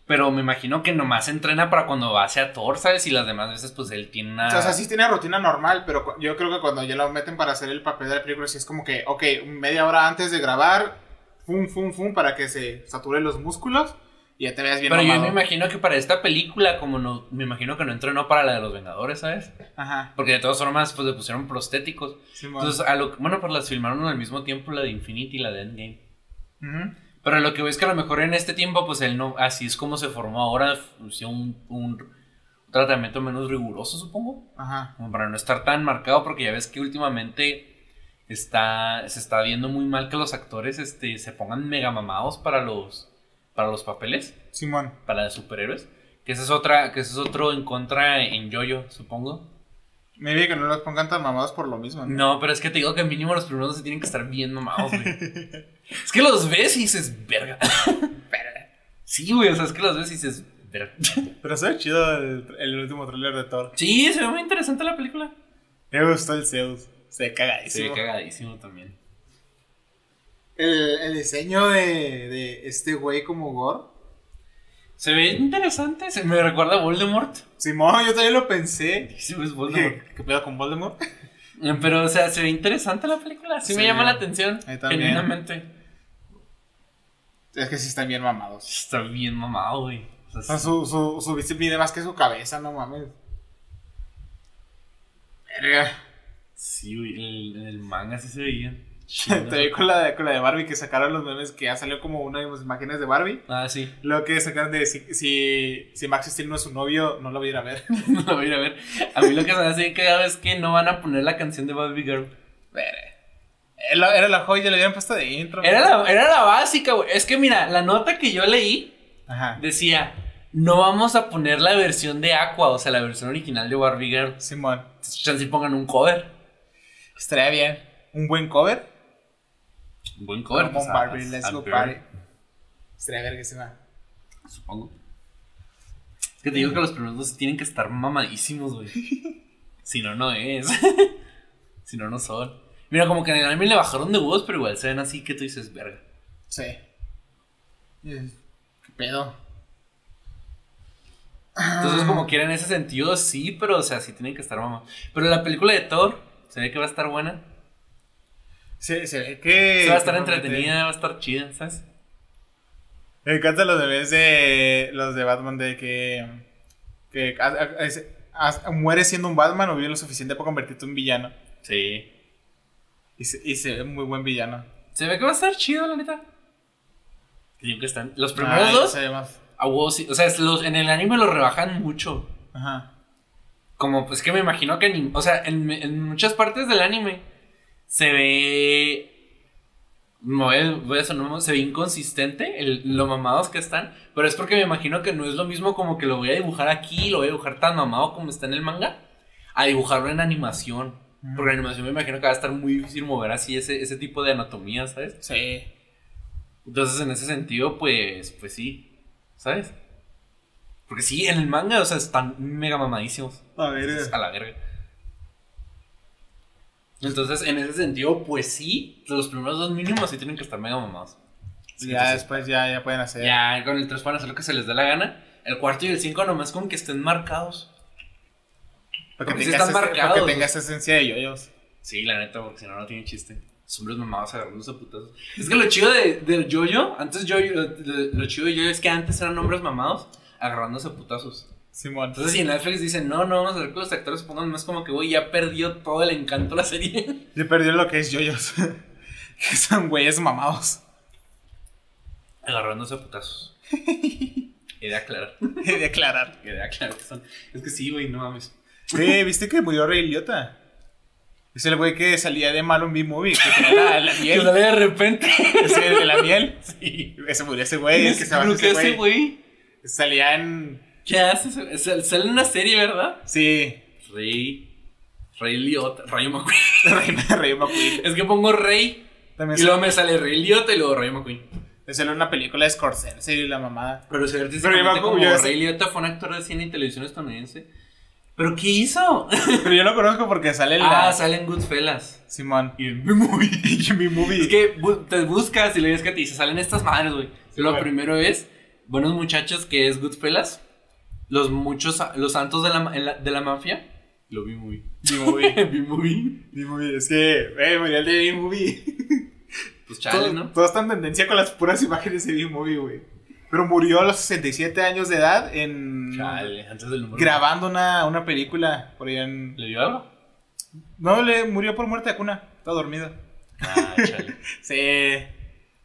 Pero me imagino que nomás entrena para cuando va hacia Thor, ¿sabes? Y las demás veces, pues él tiene una. O sea, o sea, sí tiene rutina normal, pero cu- yo creo que cuando ya lo meten para hacer el papel de la película, sí es como que, ok, media hora antes de grabar, fum, fum, fum, para que se saturen los músculos y ya te veas bien pero yo mamado. me imagino que para esta película, como no. Me imagino que no entrenó para la de los Vengadores, ¿sabes? Ajá. Porque de todas formas, pues le pusieron prostéticos. Simón. Entonces, a lo, bueno, pues las filmaron al mismo tiempo, la de Infinity y la de Endgame. Ujú. Pero lo que ves que a lo mejor en este tiempo, pues él no. Así es como se formó ahora. usó un- un tratamiento menos riguroso, supongo. Ajá. como para no estar tan marcado, porque ya ves que últimamente está, se está viendo muy mal que los actores este, se pongan mega mamados para los, para los papeles, Simón. para de superhéroes. Que ese es otra, que ese es otro en contra en Yoyo, supongo. Me vi que no los pongan tan mamados por lo mismo. ¿no? No, pero es que te digo que mínimo los primeros se tienen que estar bien mamados, güey. es que los ves y dices, verga. Verga. sí, güey, o sea, es que los ves y dices, verga. Pero se ve chido el, el último tráiler de Thor. sí, se ve muy interesante la película. Me gustó el Zeus. Se ve Se cagadísimo. ve cagadísimo también. el, el diseño de, de este güey como Gore. Se ve interesante, se me recuerda a Voldemort. Simón, yo también lo pensé. Sí, pues Voldemort. Dije, ¿Qué pedo con Voldemort? Eh, Pero, o sea, se ve interesante la película. Sí, me Sí. llama la atención. A mí también. Genuinamente. Es que sí están bien mamados. Está bien mamado, güey. O sea, O sea, sí. su, su, su bíceps mide más que su cabeza, no mames. Verga. sí, güey. En el, en el manga sí se veía. Chido. Te vi con la, de, con la de Barbie que sacaron los memes que ya salió como una de las imágenes de Barbie. ah, sí. Lo que sacaron de si, si, si Max Steel no es su novio, no lo voy a ir a ver. No lo voy a ir a ver. A mí lo que se me hace bien cagado es que no van a poner la canción de Barbie Girl. Era era la joya, le habían puesto de intro. Era la, era la básica, güey. Es que mira, la nota que yo leí Ajá. decía: No vamos a poner la versión de Aqua, o sea, la versión original de Barbie Girl. Simón. Chance y pongan un cover. Estaría bien. Un buen cover. Un buen cover. Como pues, a- Barbie, a- let's a go Bird. party. Estaría verguísima. Supongo. Es que te digo que los primeros dos tienen que estar mamadísimos, güey. si no, no es. si no, no son. Mira, como que en el anime le bajaron de huevos, pero igual se ven así que tú dices, verga. Sí. Eh, ¿Qué pedo? Entonces, como que en ese sentido, sí, pero o sea, sí tienen que estar mamados. Pero la película de Thor, se ve que va a estar buena. Se, se ve que. Se va a estar que promete. entretenida, va a estar chida, ¿sabes? Me encantan los bebés de. Los de Batman de que. Que ha- ha- es- ha- muere siendo un Batman o vive lo suficiente para convertirte en un villano. Sí. Y se, y se ve muy buen villano. Se ve que va a estar chido, la neta. Te digo que están. Los primeros Ah, ya dos, se ve más. a huevo sí. O sea, es los, en el anime lo rebajan mucho. Ajá. Como, pues que me imagino que. ni- o sea, en, en muchas partes del anime se ve. me Voy a, voy a sonar- se ve inconsistente el- lo mamados que están, pero es porque me imagino que no es lo mismo como que lo voy a dibujar aquí, lo voy a dibujar tan mamado como está en el manga, a dibujarlo en animación. Mm. Porque en animación me imagino que va a estar muy difícil mover así ese, ese tipo de anatomía, ¿sabes? Sí. Entonces, en ese sentido, pues, pues sí, ¿sabes? Porque sí, en el manga, o sea, están mega mamadísimos. A ver. Entonces, a la verga. Entonces, en ese sentido, pues sí, los primeros dos mínimos sí tienen que estar mega mamados. ya después ya, ya pueden hacer. Ya, con el 3 van a hacer lo que se les dé la gana. El cuarto y el 5 nomás con que estén marcados. Para Porque que, sí están tengas, ese- para que marcados. tengas esa esencia de yoyos. Sí, la neta, porque si no, no tiene chiste. Los hombres mamados agarrándose a putazos. Es que lo chido de, de Jojo, antes Jojo, lo, lo chido de Jojo es que antes eran hombres mamados agarrándose a putazos. Simón. Entonces, si en Netflix dicen, no, no, vamos a ver que los actores pongan más como que, güey, ya perdió todo el encanto la serie. Yo perdí lo que es yoyos. que son güeyes mamados. agarrándose a putazos. Quedé aclarar. de aclarar. Quedé aclarar que son. Es que sí, güey, no mames. Sí, ¿viste que murió Rey Liotta? Es el güey que salía de malo en B-Movie, que tenía la, la Que miel. sale de repente. Ese de la miel. sí. Ese murió ese güey, es que se bajó ¿Qué ese hace, güey. güey? Salía en... ¿Qué hace? ese- sal- Sale en una serie, ¿verdad? Sí, Rey. Rey Liotta. Rayo McQueen. Rey, Rey McQueen. Es que pongo Rey. También Y salió, luego me sale Rey Liotta y luego Rayo McQueen. salió en una película de Scorsese y la mamada. Pero se Pero artísticamente yo- como yo- Ray Liotta fue un actor de cine y televisión estadounidense. ¿Pero qué hizo? Pero yo lo conozco porque sale en la... Ah, sale en Goodfellas. Simón. Y en muy Y en B-Movie. Es que bu- te buscas y le ves que te dice, salen estas madres, güey. Sí, Lo güey. primero es, buenos muchachos, que es Goodfellas. Los muchos, los santos de la, ma- en la- de la mafia. Lo vi muy. B-Movie. Vi muy. B-Movie. Es que, güey, murió el de B-Movie. Pues chale, Todo- ¿no? Todo está en tendencia con las puras imágenes de B-Movie, güey. Pero murió a los 67 años de edad en... antes del número. grabando una, una película por allá en... ¿Le dio algo? No, le murió por muerte de cuna. Está dormido. Ah, chale. Sí.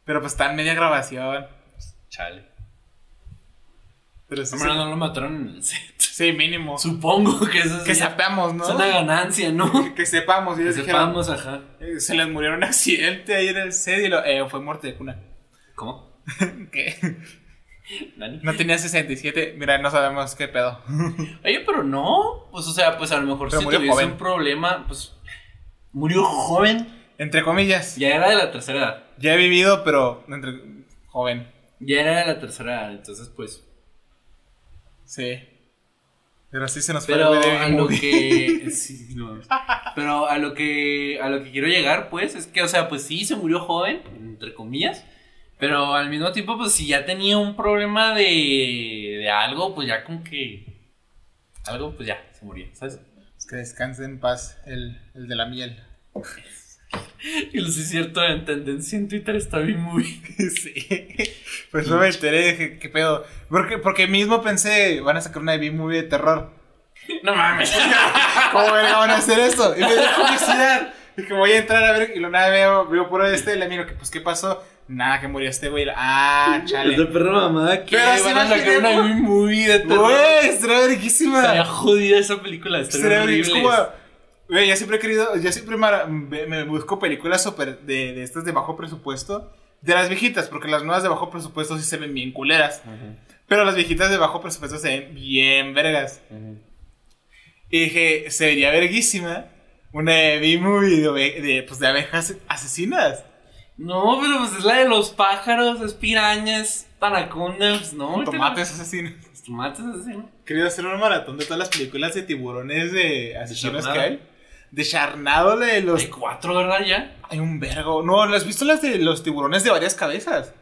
Pero pues está en media grabación. chale. Pero sí, Hombre, no lo mataron en el set. sí, mínimo. Supongo que eso es. Que ya- sepamos, ¿no? es una ganancia, ¿no? Que, que sepamos. Y Que ellos dijeron, sepamos, ajá. eh, se les murió en un accidente ahí en el set y lo, eh, fue muerte de cuna. ¿Cómo? ¿Qué? ¿Nani? No tenía 67. Mira, no sabemos qué pedo. Oye, pero no. Pues, o sea, pues a lo mejor Pero si murió tuviese joven. un problema, pues. Murió joven. Entre comillas. Ya era de la tercera edad. Ya he vivido, pero entre joven. Ya era de la tercera edad, entonces pues. Sí. Pero sí se nos fue Pero el güey de a lo B-Movie. que. sí, no. Pero a lo que. A lo que quiero llegar, pues, es que, o sea, pues sí, se murió joven, entre comillas. Pero al mismo tiempo, pues si ya tenía un problema de. de algo, pues ya con que. Algo, pues ya, se murió, ¿sabes? Pues que descanse en paz el, el de la miel. Y lo sí es cierto, en tendencia en Twitter está bien muy. sí. Pues no me enteré, dije, qué pedo. Porque, porque mismo pensé, van a sacar una B-movie de terror. No mames. ¿Cómo verga van a hacer eso? Y me dio curiosidad. Dije, voy a entrar a ver, y lo nada veo, veo por este, y le miro, que pues, ¿qué pasó? Nada, que murió este güey. Ah, chale. Esa perra mamada que Pero se van a sacar imaginé, una muy muy de terror. Güey, estaría Estaría verguísima. jodida esa película, estaría Estaría horrible. verguísima. Es como, Güey, ya siempre he querido, ya siempre mara- me, me busco películas super de, de estas de bajo presupuesto. De las viejitas, porque las nuevas de bajo presupuesto sí se ven bien culeras. Pero las viejitas de bajo presupuesto se ven bien vergas. Y dije, se vería verguísima una de B-movie de, obe- de, pues, de abejas asesinas. No, pero pues es la de los pájaros, es pirañas, tanaconas, ¿no? Tomates asesinos. Los Tomates, así, ¿no? Querido hacer una maratón de todas las películas de tiburones de asesinos que Charnado. hay. De Charnado, la de los. Hay cuatro, ¿verdad? Ya. Hay un vergo. No, ¿las has visto las de los tiburones de varias cabezas?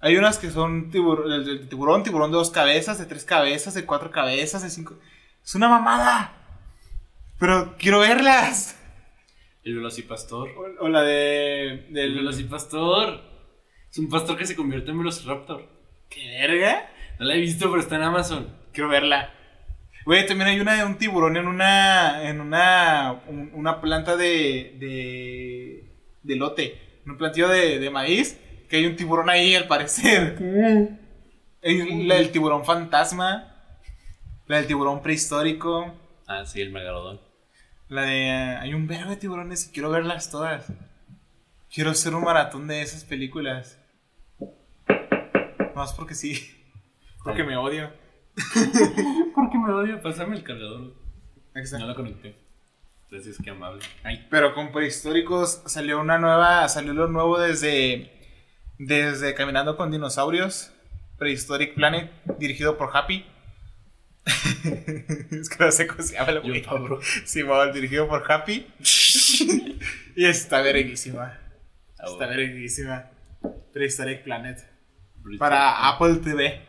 Hay unas que son tibur- el del tiburón, tiburón de dos cabezas, de tres cabezas, de cuatro cabezas, de cinco. Es una mamada. Pero quiero verlas. El Velocipastor. O, o la de. El Del, Velocipastor. Es un pastor que se convierte en Velociraptor. ¿Qué verga? No la he visto, pero está en Amazon. Quiero verla. Güey, también hay una de un tiburón en una. En una. un- una planta de. de. de lote. Un plantillo de, de maíz. Que hay un tiburón ahí, al parecer. Hay La del tiburón fantasma. La del tiburón prehistórico. Ah, sí, el Megalodón. La de. eh, Hay un verbo de tiburones y quiero verlas todas. Quiero hacer un maratón de esas películas. Más porque sí. Porque me odio. ¿Por qué me lo odio? Pásame el cargador. Aquí está. No lo conecté. Entonces, qué amable. Ay, Pero con prehistóricos salió una nueva. Salió lo nuevo desde. Desde Caminando con Dinosaurios. Prehistoric Planet. Dirigido por Happy. es que no sé cómo se llama la yo, güey. Pablo. Simón, dirigido por Happy. y está verguísima. Ah, Está verguísima. Prehistoric Planet. Para Apple TV.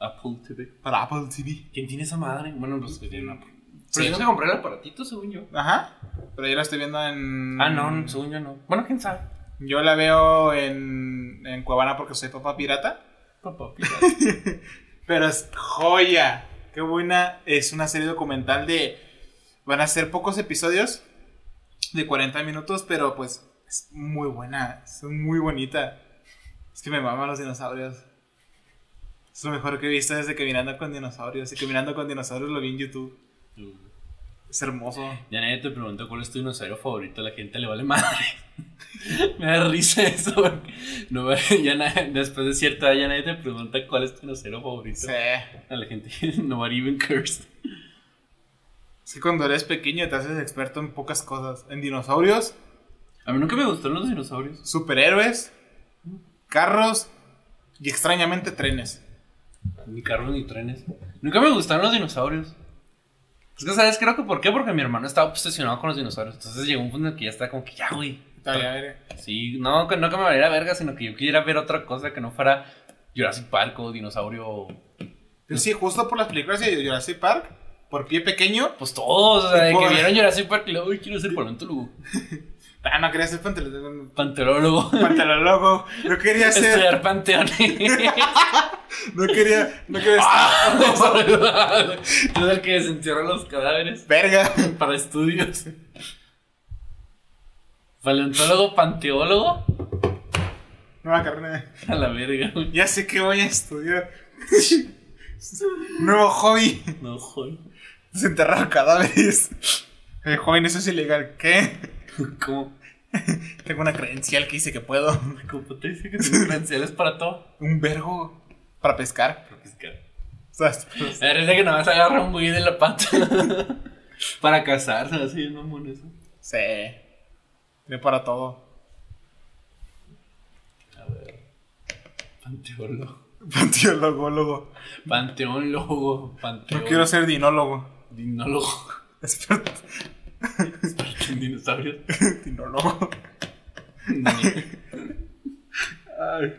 Apple TV. Para Apple TV. ¿Quién tiene esa madre? Bueno, pues, los que tienen Apple. Sí. Pero yo no compré el aparatito, según yo. Ajá. Pero yo la estoy viendo en. Ah, no, según yo no. Bueno, quién sabe. Yo la veo en, en Cuevana porque soy papá pirata. Papá, Pero es joya. Qué buena. Es una serie documental de. Van a ser pocos episodios de 40 minutos, pero pues es muy buena. Es muy bonita. Es que me maman los dinosaurios. Es lo mejor que he visto desde que mirando con dinosaurios. Y que mirando con dinosaurios lo vi en YouTube. Es hermoso. Ya nadie te pregunta cuál es tu dinosaurio favorito, a la gente le vale madre. me da risa eso. porque No, vale- ya na- después de cierta edad ya nadie te pregunta cuál es tu dinosaurio favorito. Sí. A la gente nobody even cares. Es que cuando eres pequeño te haces experto en pocas cosas. En dinosaurios, A mí nunca me gustaron los dinosaurios. superhéroes, carros y extrañamente trenes. Ni carros ni trenes. Nunca me gustaron los dinosaurios. Es que, ¿sabes? Creo que ¿por qué? Porque mi hermano estaba obsesionado con los dinosaurios. Entonces llegó un punto en el que ya estaba como que ya, güey. Está bien, a ver. Sí, no, que no que me valiera verga, sino que yo quisiera ver otra cosa que no fuera Jurassic Park o dinosaurio. o- Yo Pues sí, justo por las películas de Jurassic Park, por pie pequeño, Pues todos, o sea, de que Por- vieron Jurassic Park y luego, uy, quiero ser paleontólogo. ah, no quería ser pantalón Panteólogo. pantalólogo, no quería ser, Estudiar panteones. no quería, no quería ser, Yo el que desentierra los cadáveres verga, para estudios. Paleontólogo, panteólogo. nueva carrera, A la verga, güey. ya sé que voy a estudiar, nuevo hobby, No, joder. desenterrar cadáveres, Eh, joven, eso es ilegal, ¿qué? Como Tengo una credencial que dice que puedo. la competencia que tiene credenciales para todo. Un vergo para pescar. Para pescar. O sea, es- La verdad es que nomás agarra un güey de la pata. para casarse, así, no mamón eso. sí. Tiene para todo. A ver. Panteólogo. Panteologólogo. Panteón logo, panteón. Yo quiero ser dinólogo. Dinólogo. Experto Experto en dinosaurios. en dinólogo. Ay.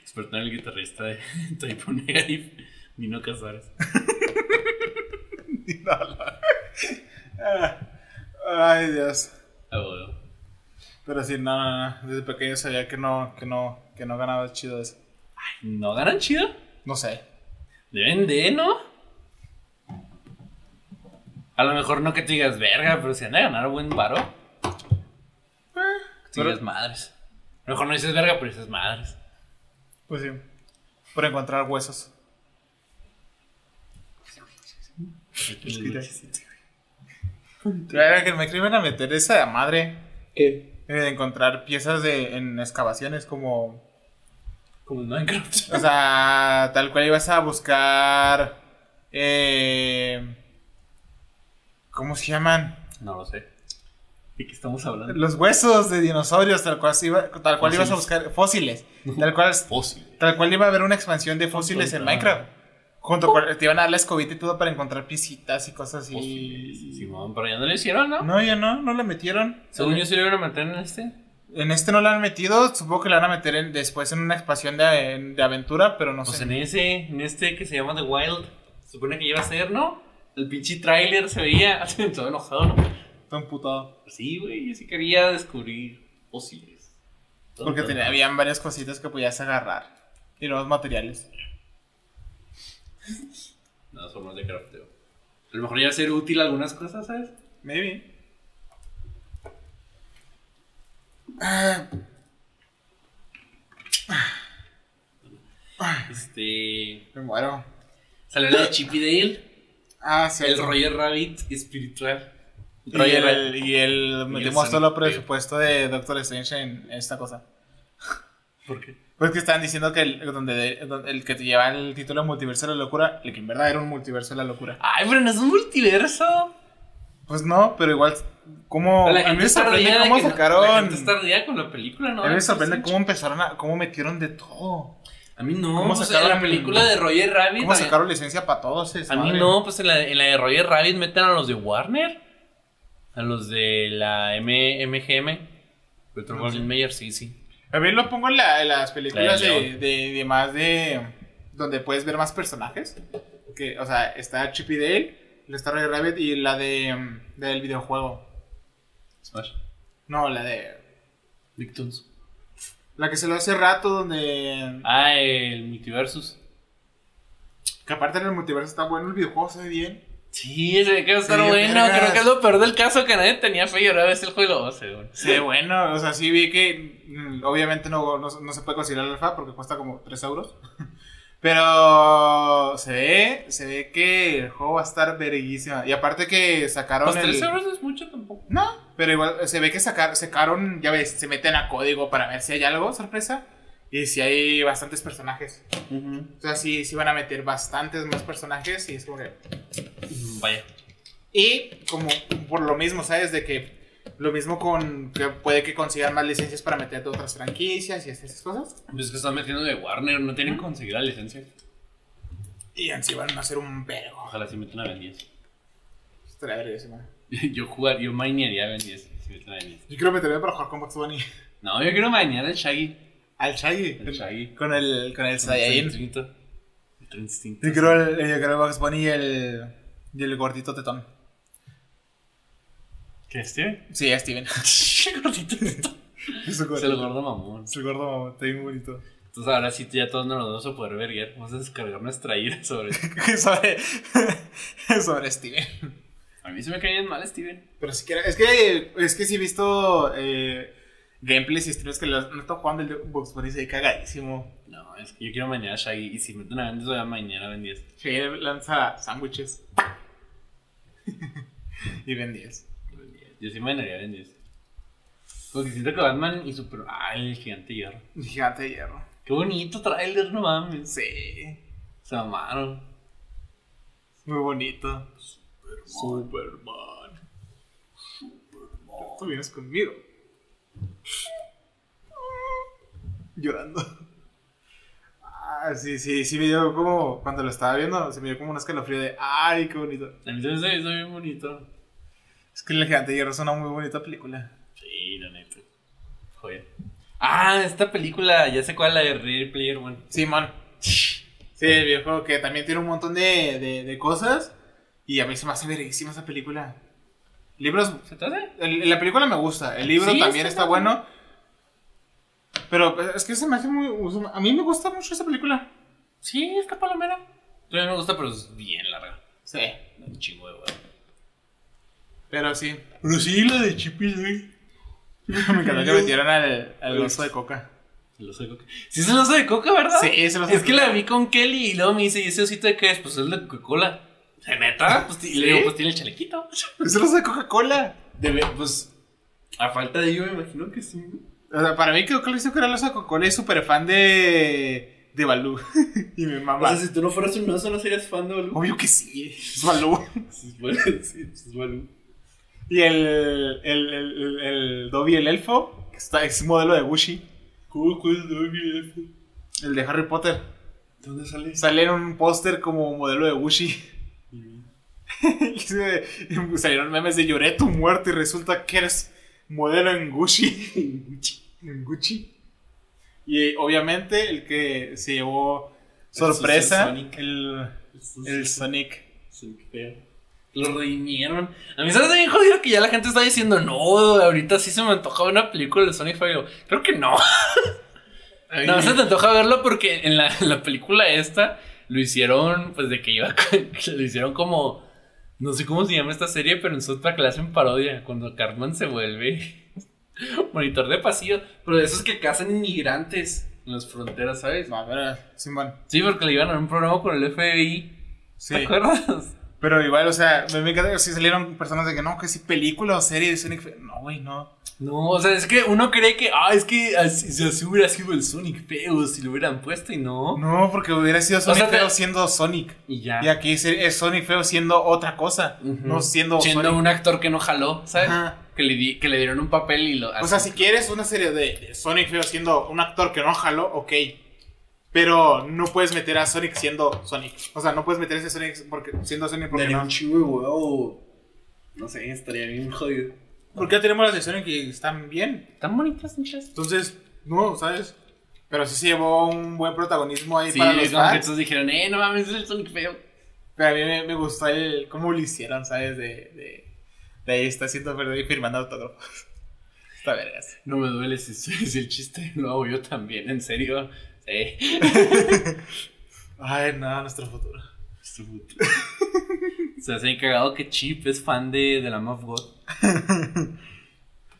Experto en el guitarrista de Typo Negative, Dino Casares. Dinólogo. Ah. Ay, Dios. Ah, bueno. Pero sí, no, no, no. Desde pequeño sabía que no, que no, que no ganaba chido eso. ¿No ganan chido? No sé. Deben de, ¿no? A lo mejor no que te digas verga, pero si han de ganar buen varo. Que te Ah, Pero- digas madres. A lo mejor no dices verga, pero dices madres. Pues sí. Por encontrar huesos. Claro que me escriben a meter esa de madre. ¿Qué? eh, de encontrar piezas de, en excavaciones como... Como en Minecraft. O sea, tal cual ibas a buscar... eh, ¿Cómo se llaman? No lo sé. ¿De qué estamos hablando? Los huesos de dinosaurios, tal cual, se iba- tal cual ibas Fósiles. a buscar... Fósiles. Tal cual, Fósil. tal cual iba a haber una expansión de fósiles en Ah. Minecraft. Junto con... Te iban a dar la escobita y todo para encontrar piecitas y cosas así. Fósiles. Simón, pero ya no lo hicieron, ¿no? No, ya no, no la metieron. Según yo, se lo iban a meter en este. En este no la han metido, supongo que la van a meter en- después en una expansión de, de aventura, pero no Pues sé. en ese, en este que se llama The Wild, se supone que iba a ser, ¿no? El pinche tráiler se veía, todo enojado, ¿no? Está emputado. Pues Sí, güey, yo sí quería descubrir fósiles. Porque tenía, habían varias cositas que podías agarrar. Y nuevos materiales. Las formas de crafteo. A lo mejor ya ser útil algunas cosas, ¿sabes? Maybe. Ah, Este. me muero. Salió la de Chip y Dale, Ah, sí. el Roger Rabbit espiritual. Y Roger el, Rabbit. y el metimos Sam- todo el presupuesto de Doctor Strange en esta cosa. ¿Por qué? Pues que estaban diciendo que el, donde, donde- el que te lleva el título de Multiverso de la Locura, el que en verdad era un Multiverso de la Locura. Ay, pero no es un multiverso. Pues no, pero igual, ¿cómo? la a mí me está sorprende ardida de cómo que no- sacaron. la gente está ardida con la película, ¿no? a mí me sorprende cómo empezaron a. cómo metieron de todo. A mí no. cómo pues, en sacaron- la película de Roger Rabbit. ¿Cómo a mí- sacaron licencia para todos? esa A mí madre? no, pues en la, en la de Roger Rabbit meten a los de Warner. A los de la M- MGM. Petro No Warner Mayer, sí, sí. A mí lo pongo en, la- en las películas La del de, de- de más de. donde puedes ver más personajes. Que, o sea, está Chip y Dale, la Star Rabbit y la de. mm, del videojuego. Smash. No, la de. Victims. La que se lo hace rato, donde. Ah, el Multiversus. Que aparte en el multiverso está bueno, el videojuego se ve bien. Sí, se ve que va a estar Sí, bueno. vergas. Creo que es lo peor del caso que nadie tenía fe y ahora ves el juego y lo hace, güey. Se ve bueno, o sea, sí vi que. mm, Obviamente no, no, no se puede considerar el alfa porque cuesta como 3 euros. Pero se ve, se ve que el juego va a estar verguísima. Y aparte que sacaron Pues el. 3 euros no es mucho tampoco. No, pero igual eh, se ve que sacar, sacaron, ya ves, se meten a código para ver si hay algo, sorpresa. Y si hay bastantes personajes. O sea, sí, sí van a meter bastantes más personajes y es como que... Mm, Vaya. Y como por lo mismo, ¿sabes? De que lo mismo con que puede que consigan más licencias para meter de otras franquicias y esas cosas. Pues es que están metiendo de Warner, no tienen que conseguir la licencia. Y así van a hacer un vergo. Ojalá si meten a Ben 10. Estaría verguísima. Yo jugar, yo minearía a Ben 10 si meten a Ben 10. Yo quiero meterme para jugar con Box Bunny. No, yo quiero minear al Shaggy. Al Shaggy. Al Shaggy. Con el, con el El Saiyajin. instinto. El instinto. Yo creo el, yo creo el Bugs Bunny y el, y el gordito tetón. ¿Qué, Steven? Sí, a Steven. Gordito esto. Es el Es el gordo mamón. Es el gordo, mamá. Está bien bonito. Entonces ahora sí ya todos nos lo vamos a poder ver. Vamos a descargar nuestra ira sobre esto. sobre, sobre Steven. A mí se me cae bien mal, Steven. Pero si es que, es que sí he visto eh, gameplays y streams que los- no está jugando el de Bugs Bunny, se ve cagadísimo. No, es que yo quiero mañana a Shaggy. Y si meten a Ben 10, voy a mañana a Ben 10. Sí, lanza sándwiches. y Ben 10. Yo sí mañanaría a Ben 10. Porque siento que Batman y Super. Ah, el gigante hierro. Gigante de hierro. Qué bonito trailer, no mames. Sí. Se amaron. Muy bonito. Superman. Tú vienes conmigo. Llorando. Ah, sí, sí, sí me dio como, cuando lo estaba viendo, se me dio como un escalofrío de, ay, qué bonito. A mí también se me hizo bien bonito. Es que El Gigante de Hierro es una muy bonita película. Sí, la neta. Joder. Ah, esta película, ya sé cuál, la de Ready Player One. Sí, man. Sí, el videojuego que también tiene un montón de, de, de cosas y a mí se me hace verguísima esa película. Libros, ¿Se te hace? el- la película me gusta, el libro Sí, también está está bueno, pero es que se me hace muy, a mí me gusta mucho esa película. Sí, está palomera. Todavía me gusta, pero es bien larga. Sí. Da Un chingo de huevo. Pero sí. Pero sí, la de Chip y Me encantó que metieron al, al oso de coca. El oso de coca. Sí, es el oso de coca, ¿verdad? Pues, Sí, es el oso Es de que coca. la vi con Kelly y luego me dice, ¿y ese osito de qué es? Pues es de Coca-Cola. ¿Se neta? Pues, ti- Y le digo, ¿Sí? pues tiene el chalequito. Es el oso de Coca-Cola. Debe, pues, a falta de ello, me imagino que sí. O sea, para mí creo que lo hizo que era el oso de Coca-Cola y súper fan de. de Balú. y mi mamá. si tú no fueras un oso, no serías fan de Balú. Obvio que sí. Es Balú. Sí, bueno, sí, pues, es Balú. Y el. el, el, el, el Dobby, el elfo. que está, es modelo de Gucci. ¿Cómo cuál de Balú? El de Harry Potter. ¿Dónde sale? Sale en un póster como modelo de Gucci. Y se- y salieron memes de lloré tu muerte y resulta que eres modelo en Gucci. En Gucci. Y eh, obviamente el que se llevó El sorpresa, Sonic. el, el Sonic. Sí, qué feo. Lo redimieron. A mí se me hace bien jodido que ya la gente está diciendo, no, ahorita sí se me antoja una película de Sonic Fire. Creo que no. No se te antoja verlo porque en la, en la película esta lo hicieron, pues de que iba, con- lo hicieron como, no sé cómo se llama esta serie, pero en South Park la hacen parodia, cuando Cartman se vuelve monitor de pasillo, pero de esos que cazan inmigrantes en las fronteras, ¿sabes? No, a ver, Simón. Sí, porque le iban a un programa con el FBI, Sí. ¿te acuerdas? Pero igual, o sea, me, me encanta que sí salieron personas de que no, que sí, película o serie de Sonic. Fe- No, güey, no. No, o sea, es que uno cree que, ah, es que así, así hubiera sido el Sonic, pero si lo hubieran puesto y no. No, porque hubiera sido Sonic sea, te- feo siendo Sonic. Y ya. Y aquí es, es Sonic feo siendo otra cosa. Ujú. No siendo, Siendo Sonic. un actor que no jaló, ¿sabes? Ajá. Que le, di- que le dieron un papel y lo. O sea, si quieres una serie de de Sonic feo siendo un actor que no jaló, ok. Pero no puedes meter a Sonic siendo Sonic. O sea, no puedes meter ese Sonic porque, siendo Sonic porque Daría no. un chivo de huevo. No sé, estaría bien jodido. Porque ya tenemos las de Sonic que están bien. Tan bonitas muchas. Entonces, no, ¿sabes? Pero sí se llevó un buen protagonismo ahí Sí, para los como que fans. todos dijeron, eh, no mames, es el Sonic feo. Pero a mí me, me gustó el, cómo lo hicieron, ¿sabes? De, de, de ahí está haciendo verdad y firmando autógrafos. Está vergas. No me duele si si es el chiste, lo hago yo también, en serio. Sí. Ay, no, nuestro futuro. Su puto. Se hace cagado que Chip es fan de, de la Mob God.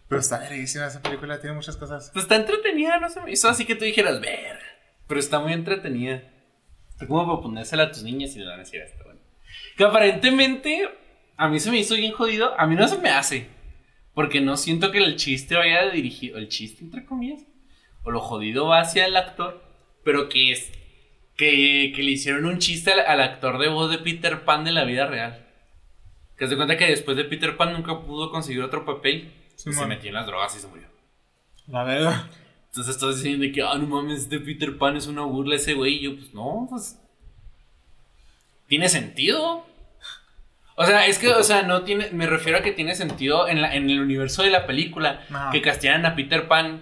Pero está verguísima esa película, tiene muchas cosas. Pues está entretenida, no se me hizo así que tú dijeras, ver. Pero está muy entretenida. Está como para ponérsela a tus niñas y le van a decir esto, bueno. Que aparentemente a mí se me hizo bien jodido. A mí no se me hace. Porque no siento que el chiste vaya dirigido. El chiste, entre comillas. O lo jodido va hacia el actor. Pero que es. Que, que le hicieron un chiste al, al actor de voz de Peter Pan de la vida real. Que se cuenta que después de Peter Pan nunca pudo conseguir otro papel. y se Simón. metió en las drogas y se murió. La verdad. Entonces estás diciendo de que, ah, no mames, este Peter Pan es una burla ese güey. Y yo, pues no, pues. Tiene sentido. O sea, es que, o sea, no tiene. Me refiero a que tiene sentido en, la- en el universo de la película. Ajá. Que castearan a Peter Pan,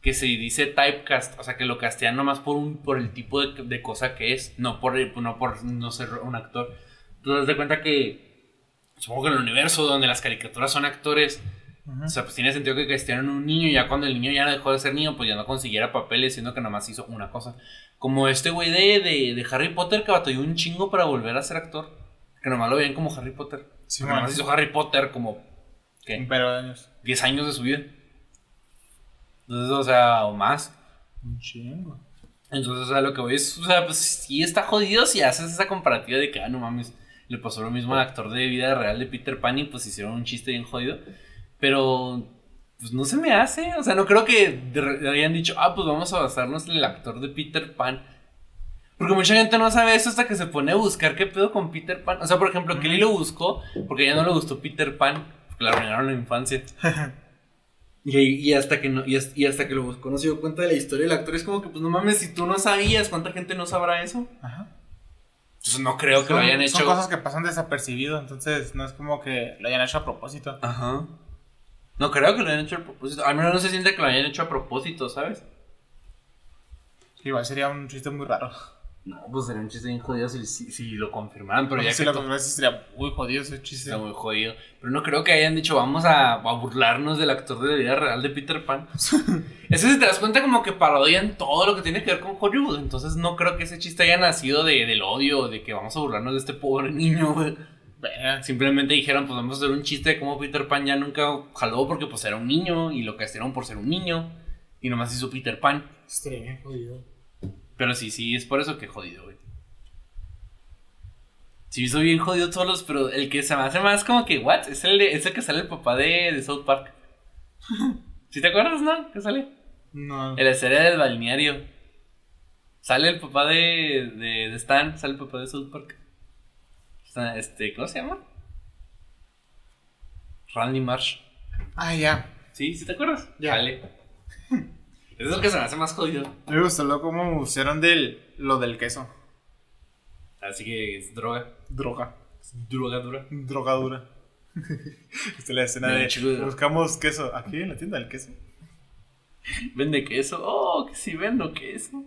que se dice typecast. O sea, que lo castean nomás por, un, por el tipo de, de cosa que es. No por, el- no por no ser un actor. Tú das de cuenta que. Supongo que en el universo donde las caricaturas son actores. O sea, pues tiene sentido que castearon un niño y ya cuando el niño ya dejó de ser niño, pues ya no consiguiera papeles, siendo que nomás hizo una cosa. Como este güey de, de, de Harry Potter que batalló un chingo para volver a ser actor. Que nomás lo veían como Harry Potter. Sí, Mm. Porque nomás man. hizo Harry Potter como, ¿qué? Pero años. 10 años de su vida. Entonces, o sea, o más. Un chingo. Entonces, o sea, lo que voy es, o sea, pues sí está jodido si haces esa comparativa de que, ah, no mames, le pasó lo mismo al actor de vida real de Peter Pan y pues hicieron un chiste bien jodido. Pero, pues no se me hace, o sea, no creo que de re- hayan dicho, ah, pues vamos a basarnos en el actor de Peter Pan. Porque mucha gente no sabe eso hasta que se pone a buscar qué pedo con Peter Pan. O sea, por ejemplo, Kelly lo buscó porque a ella no le gustó Peter Pan, porque le arruinaron la infancia. Y, y hasta que no, y, hasta, y hasta que lo buscó no se dio cuenta de la historia del actor. Es como que, pues no mames, si tú no sabías, ¿cuánta gente no sabrá eso? Ajá. Entonces no creo que Son, lo hayan son hecho. cosas que pasan desapercibido, entonces no es como que lo hayan hecho a propósito. Ajá. No creo que lo hayan hecho a propósito. Al menos no se siente que lo hayan hecho a propósito, ¿sabes? Igual sería un chiste muy raro. No, pues sería un chiste bien jodido si, si, si lo confirmaran, pero Porque ya si que lo to- confirmas, sería muy jodido ese chiste. está muy jodido. Pero no creo que hayan dicho, vamos a, a burlarnos del actor de la vida real de Peter Pan. es que si te das cuenta, como que parodian todo lo que tiene que ver con Hollywood. Entonces no creo que ese chiste haya nacido de, del odio, de que vamos a burlarnos de este pobre niño, güey. Verga, sí. Simplemente dijeron, pues vamos a hacer un chiste de cómo Peter Pan ya nunca jaló porque pues era un niño y lo castigaron por ser un niño y nomás hizo Peter Pan. Estaría bien jodido. Pero sí, sí, es por eso que jodido, güey. Sí, hizo bien jodido todos los, pero el que se me hace más como que, what, es el, de- es el que sale el papá de, de South Park. ¿Sí te acuerdas, no? ¿Qué sale? No. En la serie del balneario. Sale el papá de, de, de Stan, sale el papá de South Park. Está- Este, ¿cómo se llama? Randy Marsh. Ah, ya. ¿Sí? ¿Sí te acuerdas? Ya. Sale. Eso es lo que se me hace más jodido. Me gustó lo como usaron del, lo del queso. Así que es droga. Droga. Es droga dura. Drogadura. Esta es la escena Me da de un chingo de- buscamos queso. Aquí en la tienda del queso. Vende queso. Oh, que sí vendo queso.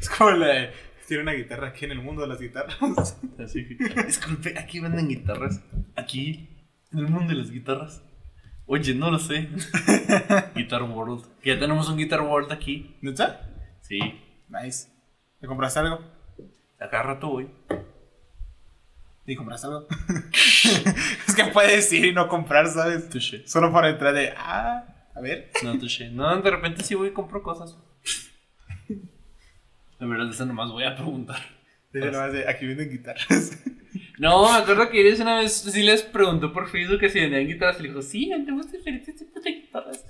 Es como la de tiene una guitarra aquí en el mundo de las guitarras. Así que, disculpe, ¿aquí venden guitarras? ¿Aquí? ¿En el mundo de las guitarras? Oye, no lo sé. Guitar World. Que ya tenemos un Guitar World aquí. ¿Neta? Sí. Nice. ¿Te compraste algo? Acá rato voy. ¿Te compraste algo? es que puedes decir y no comprar, ¿sabes? Touché. Solo para entrar de, ah, a ver. No, touché. No, de repente sí voy y compro cosas. La verdad, esa nomás voy a preguntar. Dile nomás de, aquí venden guitarras. No, me acuerdo que Iris una vez sí les preguntó por Facebook que si vendían guitarras. Y le dijo, sí, vendemos diferentes tipos este de guitarras.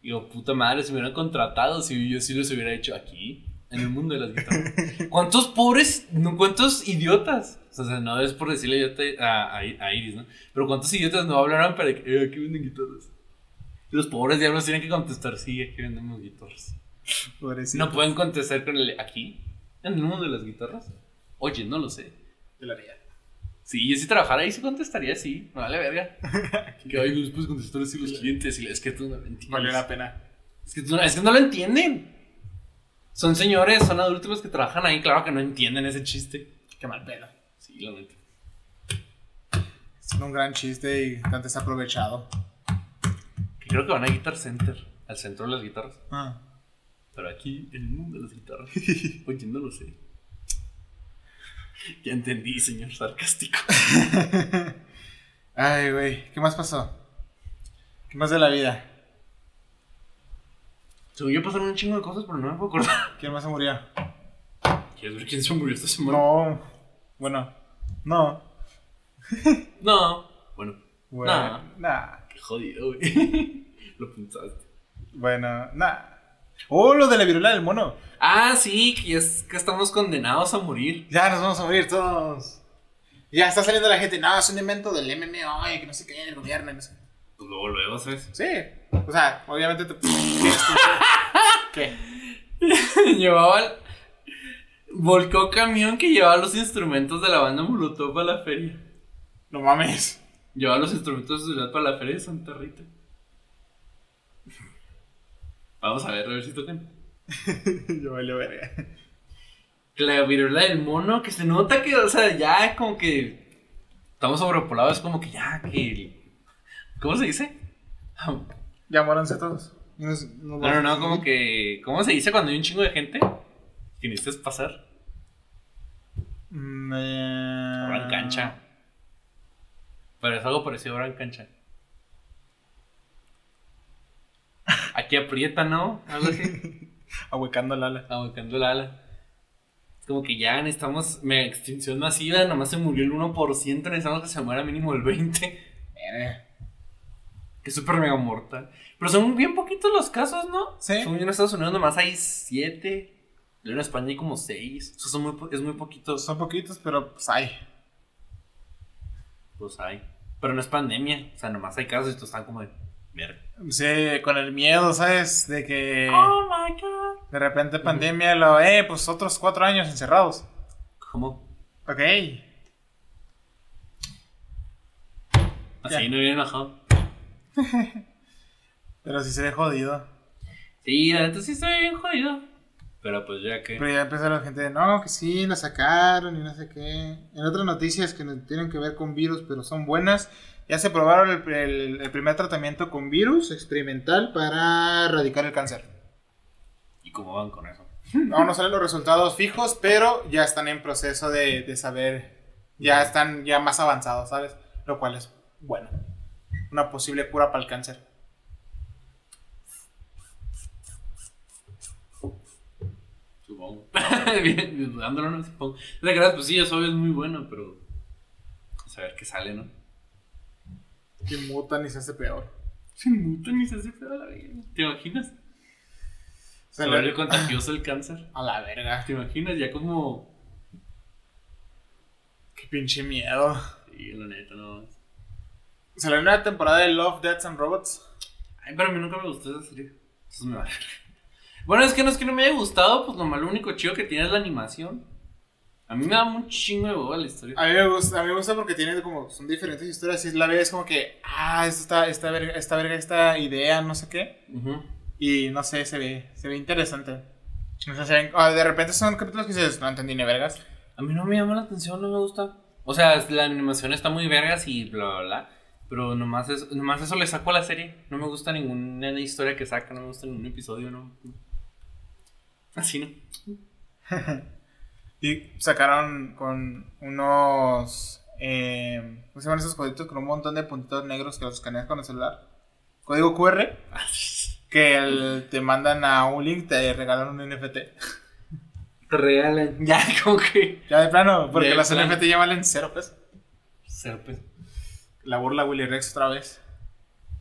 Y yo, puta madre, si me hubieran contratado, si yo sí los hubiera hecho aquí, en el mundo de las guitarras. ¿Cuántos pobres, no, cuántos idiotas? O sea, no es por decirle idiota a, a- a Iris, ¿no? Pero ¿cuántos idiotas no hablaron para que eh, aquí venden guitarras? Y los pobres diablos tienen que contestar, sí, aquí vendemos guitarras. Pobrecito. No pueden contestar con el aquí, en el mundo de las guitarras. Oye, no lo sé. Te lo haría. Sí, yo si trabajara ahí sí contestaría, sí. No vale verga. que pues, hoy después contestar así los clientes y es que tú no lo entiendes. Valió la pena. Es, que tú no, es que no lo entienden. Son señores, son adultos los que trabajan ahí, claro que no entienden ese chiste. Qué mal pedo. Sí, lo entiendo. Es un gran chiste y tan desaprovechado. Que creo que van a Guitar Center, al centro de las guitarras. Ah. Pero aquí, en el mundo de las guitarras. Oye, no lo sé. Ya entendí, señor sarcástico. Ay, güey. ¿Qué más pasó? ¿Qué más de la vida? Según yo pasaron un chingo de cosas, pero no me puedo acordar. ¿Quién más se murió? ¿Quieres ver quién se murió esta semana? No. Bueno. No. No. Bueno, Bueno. Nah. Nah. qué jodido, güey. lo pensaste. Bueno, nah. Oh, lo de la viruela del mono. Ah, sí, que es que estamos condenados a morir. Ya nos vamos a morir todos. Ya está saliendo la gente. No, es un invento del MMO y que no sé qué, el gobierno y no sé. Pues luego, luego, ¿sabes? Sí. O sea, obviamente te. ¿Qué? llevaba. el- Volcó camión que llevaba los instrumentos de la banda Molotov a la feria. No mames. Llevaba los instrumentos de su ciudad para la feria de Santa Rita. Vamos a ver, a ver si tocan. Yo valió verga. La viruela del mono, que se nota que, o sea, ya como que. Estamos sobrepoblados, como que ya, que. ¿Cómo se dice? Ya muéranse todos. Nos- nos No, no, vamos no, a como morir. que. ¿Cómo se dice cuando hay un chingo de gente? Que necesitas pasar. Mm, eh, Ahora en cancha. Pero es algo parecido ahora en cancha. Aquí aprieta, ¿no? Algo así. eh, Ahuecando el ala. Aguacando el ala. Es como que ya necesitamos mega extinción masiva. Nomás se murió el 1%. Necesitamos que se muera mínimo el 20%. Que es súper mega mortal. Pero son bien poquitos los casos, ¿no? Sí. Según yo en Estados Unidos nomás hay 7. Luego en España hay como 6. O sea, son muy, po- es muy poquitos. Son poquitos, pero pues hay. Pues hay. Pero no es pandemia. O sea, nomás hay casos y todos están como de verga. Sí, con el miedo, ¿sabes? De que Oh my god. de repente pandemia lo. Eh, pues otros cuatro años encerrados. ¿Cómo? Ok. Así Ya. no hubiera enojado. Pero sí se ve jodido. Sí, la neta sí estoy bien jodido. Pero pues ya que. Pero ya empezó la gente de no, que sí, la sacaron y no sé qué. En otras noticias que no tienen que ver con virus, pero son buenas, ya se probaron el, el- el primer tratamiento con virus experimental para erradicar el cáncer. ¿Y cómo van con eso? No, no salen los resultados fijos, pero ya están en proceso de, de saber, ya están ya más avanzados, ¿sabes? Lo cual es bueno. Una posible cura para el cáncer. Supongo. bien, dudándolo, no supongo. La verdad, pues sí, eso es muy bueno, pero. pues, A ver qué sale, ¿no? Que mutan y se hace peor. Se mutan y se hace pedo la vida. ¿Te imaginas? Se Se le- vuelve contagioso el cáncer. A la verga. ¿Te imaginas? Ya como. Qué pinche miedo. Sí, la neta, no. Salió una temporada de Love, Deaths and Robots. Ay, pero a mí nunca me gustó esa serie. Eso me vale. Bueno, es que no es que no me haya gustado, pues nomás lo único chido que tiene es la animación. A mí me da un chingo de boba la historia. A mí me gusta, a mí me gusta porque tiene como, son diferentes historias y la ves como que, ah, esto está, esta verga, esta verga, esta idea, no sé qué. Ujú. Y no sé, se ve, se ve interesante. O sea, serían- ah, de repente son capítulos que dices, no entendí ni vergas. A mí no me llama la atención, no me gusta. O sea, la animación está muy vergas y bla, bla, bla. Pero nomás eso, nomás eso le saco a la serie. No me gusta ninguna historia que saca, no me gusta ningún episodio, no. Así no. Y sacaron con unos. Eh, ¿Cómo se llaman esos coditos? Con un montón de puntitos negros que los escaneas con el celular. Código QR. Que el- te mandan a un link, te regalan un NFT. Te regalan. Ya, como que. Ya de plano, porque De las plano. NFT ya valen cero pesos. Serpes. La burla Willy Rex otra vez.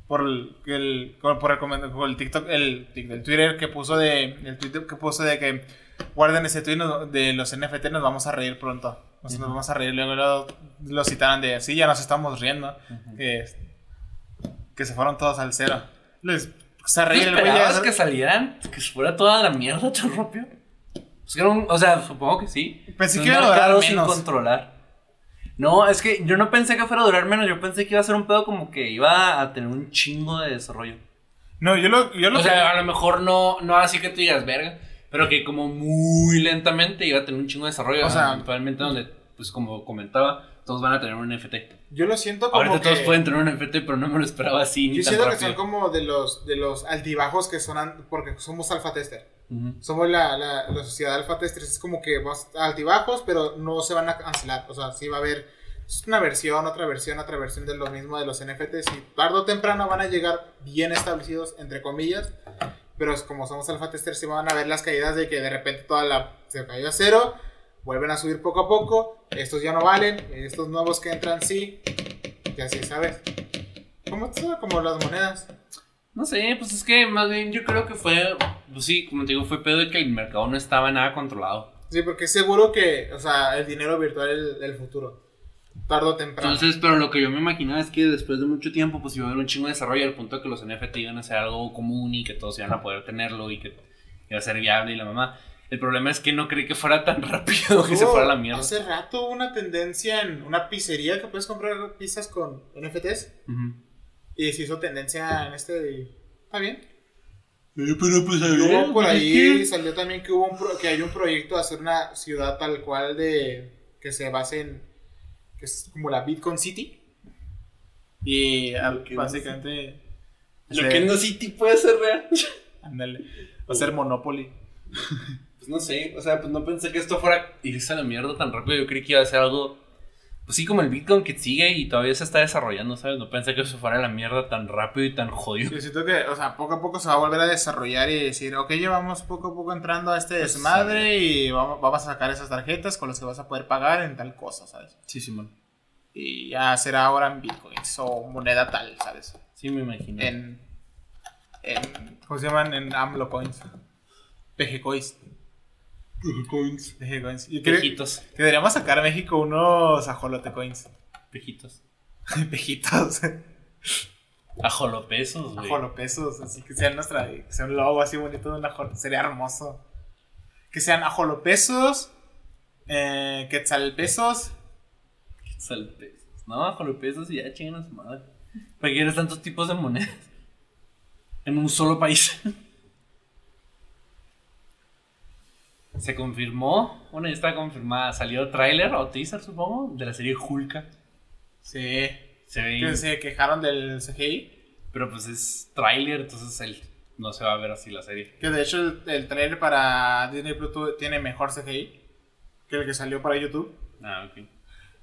Por el, que el, con- por, recomend- por el TikTok, el, tic- el Twitter que puso de. El Twitter que puso de que guarden ese tweet no- de los NFT, nos vamos a reír pronto. Nos, nos vamos a reír. Luego lo, lo citaron de sí, ya nos estamos riendo. que, que se fueron todos al cero. Les, se reír el güey. ya- ¿Esperabas que salieran? ¿Que se fuera toda la mierda tan rápido? Pues que era un- o sea, supongo que sí. Pensé Un que iba a durar mercado sin menos. controlar. No, es que yo no pensé que fuera a durar menos. Yo pensé que iba a ser un pedo como que iba a tener un chingo de desarrollo. No, yo lo, yo lo O sea, a lo mejor no, no así que tú digas verga, pero que como muy lentamente iba a tener un chingo de desarrollo. O O sea, sea, actualmente donde, pues como comentaba, todos van a tener un NFT. yo lo siento como. Ahorita que- todos pueden tener un NFT, pero no me lo esperaba así. ni Yo tan siento que rápido. son como de los, de los altibajos que sonan. Porque somos alfa tester. Ujú. Somos la, la, la sociedad alfa tester. Es como que vas a altibajos, pero no se van a cancelar. O sea, sí va a haber es una versión, otra versión, otra versión de lo mismo de los NFTs. Y tarde o temprano van a llegar bien establecidos, entre comillas. Pero es como somos alfa tester, sí van a ver las caídas de que de repente toda la se cayó a cero. Vuelven a subir poco a poco. Estos ya no valen. Estos nuevos que entran sí. Y así, ¿sabes? Como, como las monedas. No sé, pues es que más bien yo creo que fue, pues sí, como te digo, fue pedo de que el mercado no estaba nada controlado. Sí, porque es seguro que, o sea, el dinero virtual es el, el futuro. Tarde o temprano. Entonces, pero lo que yo me imaginaba es que después de mucho tiempo, pues iba a haber un chingo de desarrollo al punto de que los NFT iban a ser algo común y que todos iban a poder tenerlo y que iba a ser viable y la mamá. El problema es que no creí que fuera tan rápido que se Hubo fuera a la mierda. Hace rato hubo una tendencia en una pizzería que puedes comprar pizzas con NFTs. Ujú. Y se hizo tendencia en este. de- Está bien. Pero pues a Y ver, hubo por pues, ahí, es que- salió también que hubo un pro- que hay un proyecto de hacer una ciudad tal cual de. que se base en. que es como la Bitcoin City. Y ah, Lo que no básicamente. Lo se- que no City puede ser real. ándale, Va a ser Monopoly. Pues no sé, o sea, pues no pensé que esto fuera irse a la mierda tan rápido. Yo creí que iba a ser algo, pues sí, como el Bitcoin que sigue y todavía se está desarrollando, ¿sabes? No pensé que eso fuera a la mierda tan rápido y tan jodido. Yo siento que, o sea, poco a poco se va a volver a desarrollar y decir, ok, llevamos poco a poco entrando a este Pues, desmadre y vamos, vamos a sacar esas tarjetas con las que vas a poder pagar en tal cosa, ¿sabes? Sí, sí, man. Y ya será ahora en bitcoins o moneda tal, ¿sabes? Sí, me imagino. En, en ¿cómo se llaman? En AMLO coins. PG coins. Coins. PG coins. Yo creo que Pejitos, deberíamos sacar a México unos ajolote coins. pejitos. Pejitos. Ajolopesos, güey. ajolopesos, así que sean nuestra, que sea un logo así bonito de un ajol, sería hermoso. Que sean ajolopesos, eh, quetzalpesos, Salpesos. No, ajolopesos y ya chingan a su madre. ¿Para qué quieres tantos tipos de monedas? En un solo país. Se confirmó, bueno, ya está confirmada. Salió tráiler o teaser, supongo, de la serie Hulka. sí, Se ve, que se quejaron del CGI, pero pues es tráiler, entonces él no se va a ver así la serie. que de hecho el, el trailer para Disney Plus tuvo- tiene mejor CGI que el que salió para YouTube, Ah, ok.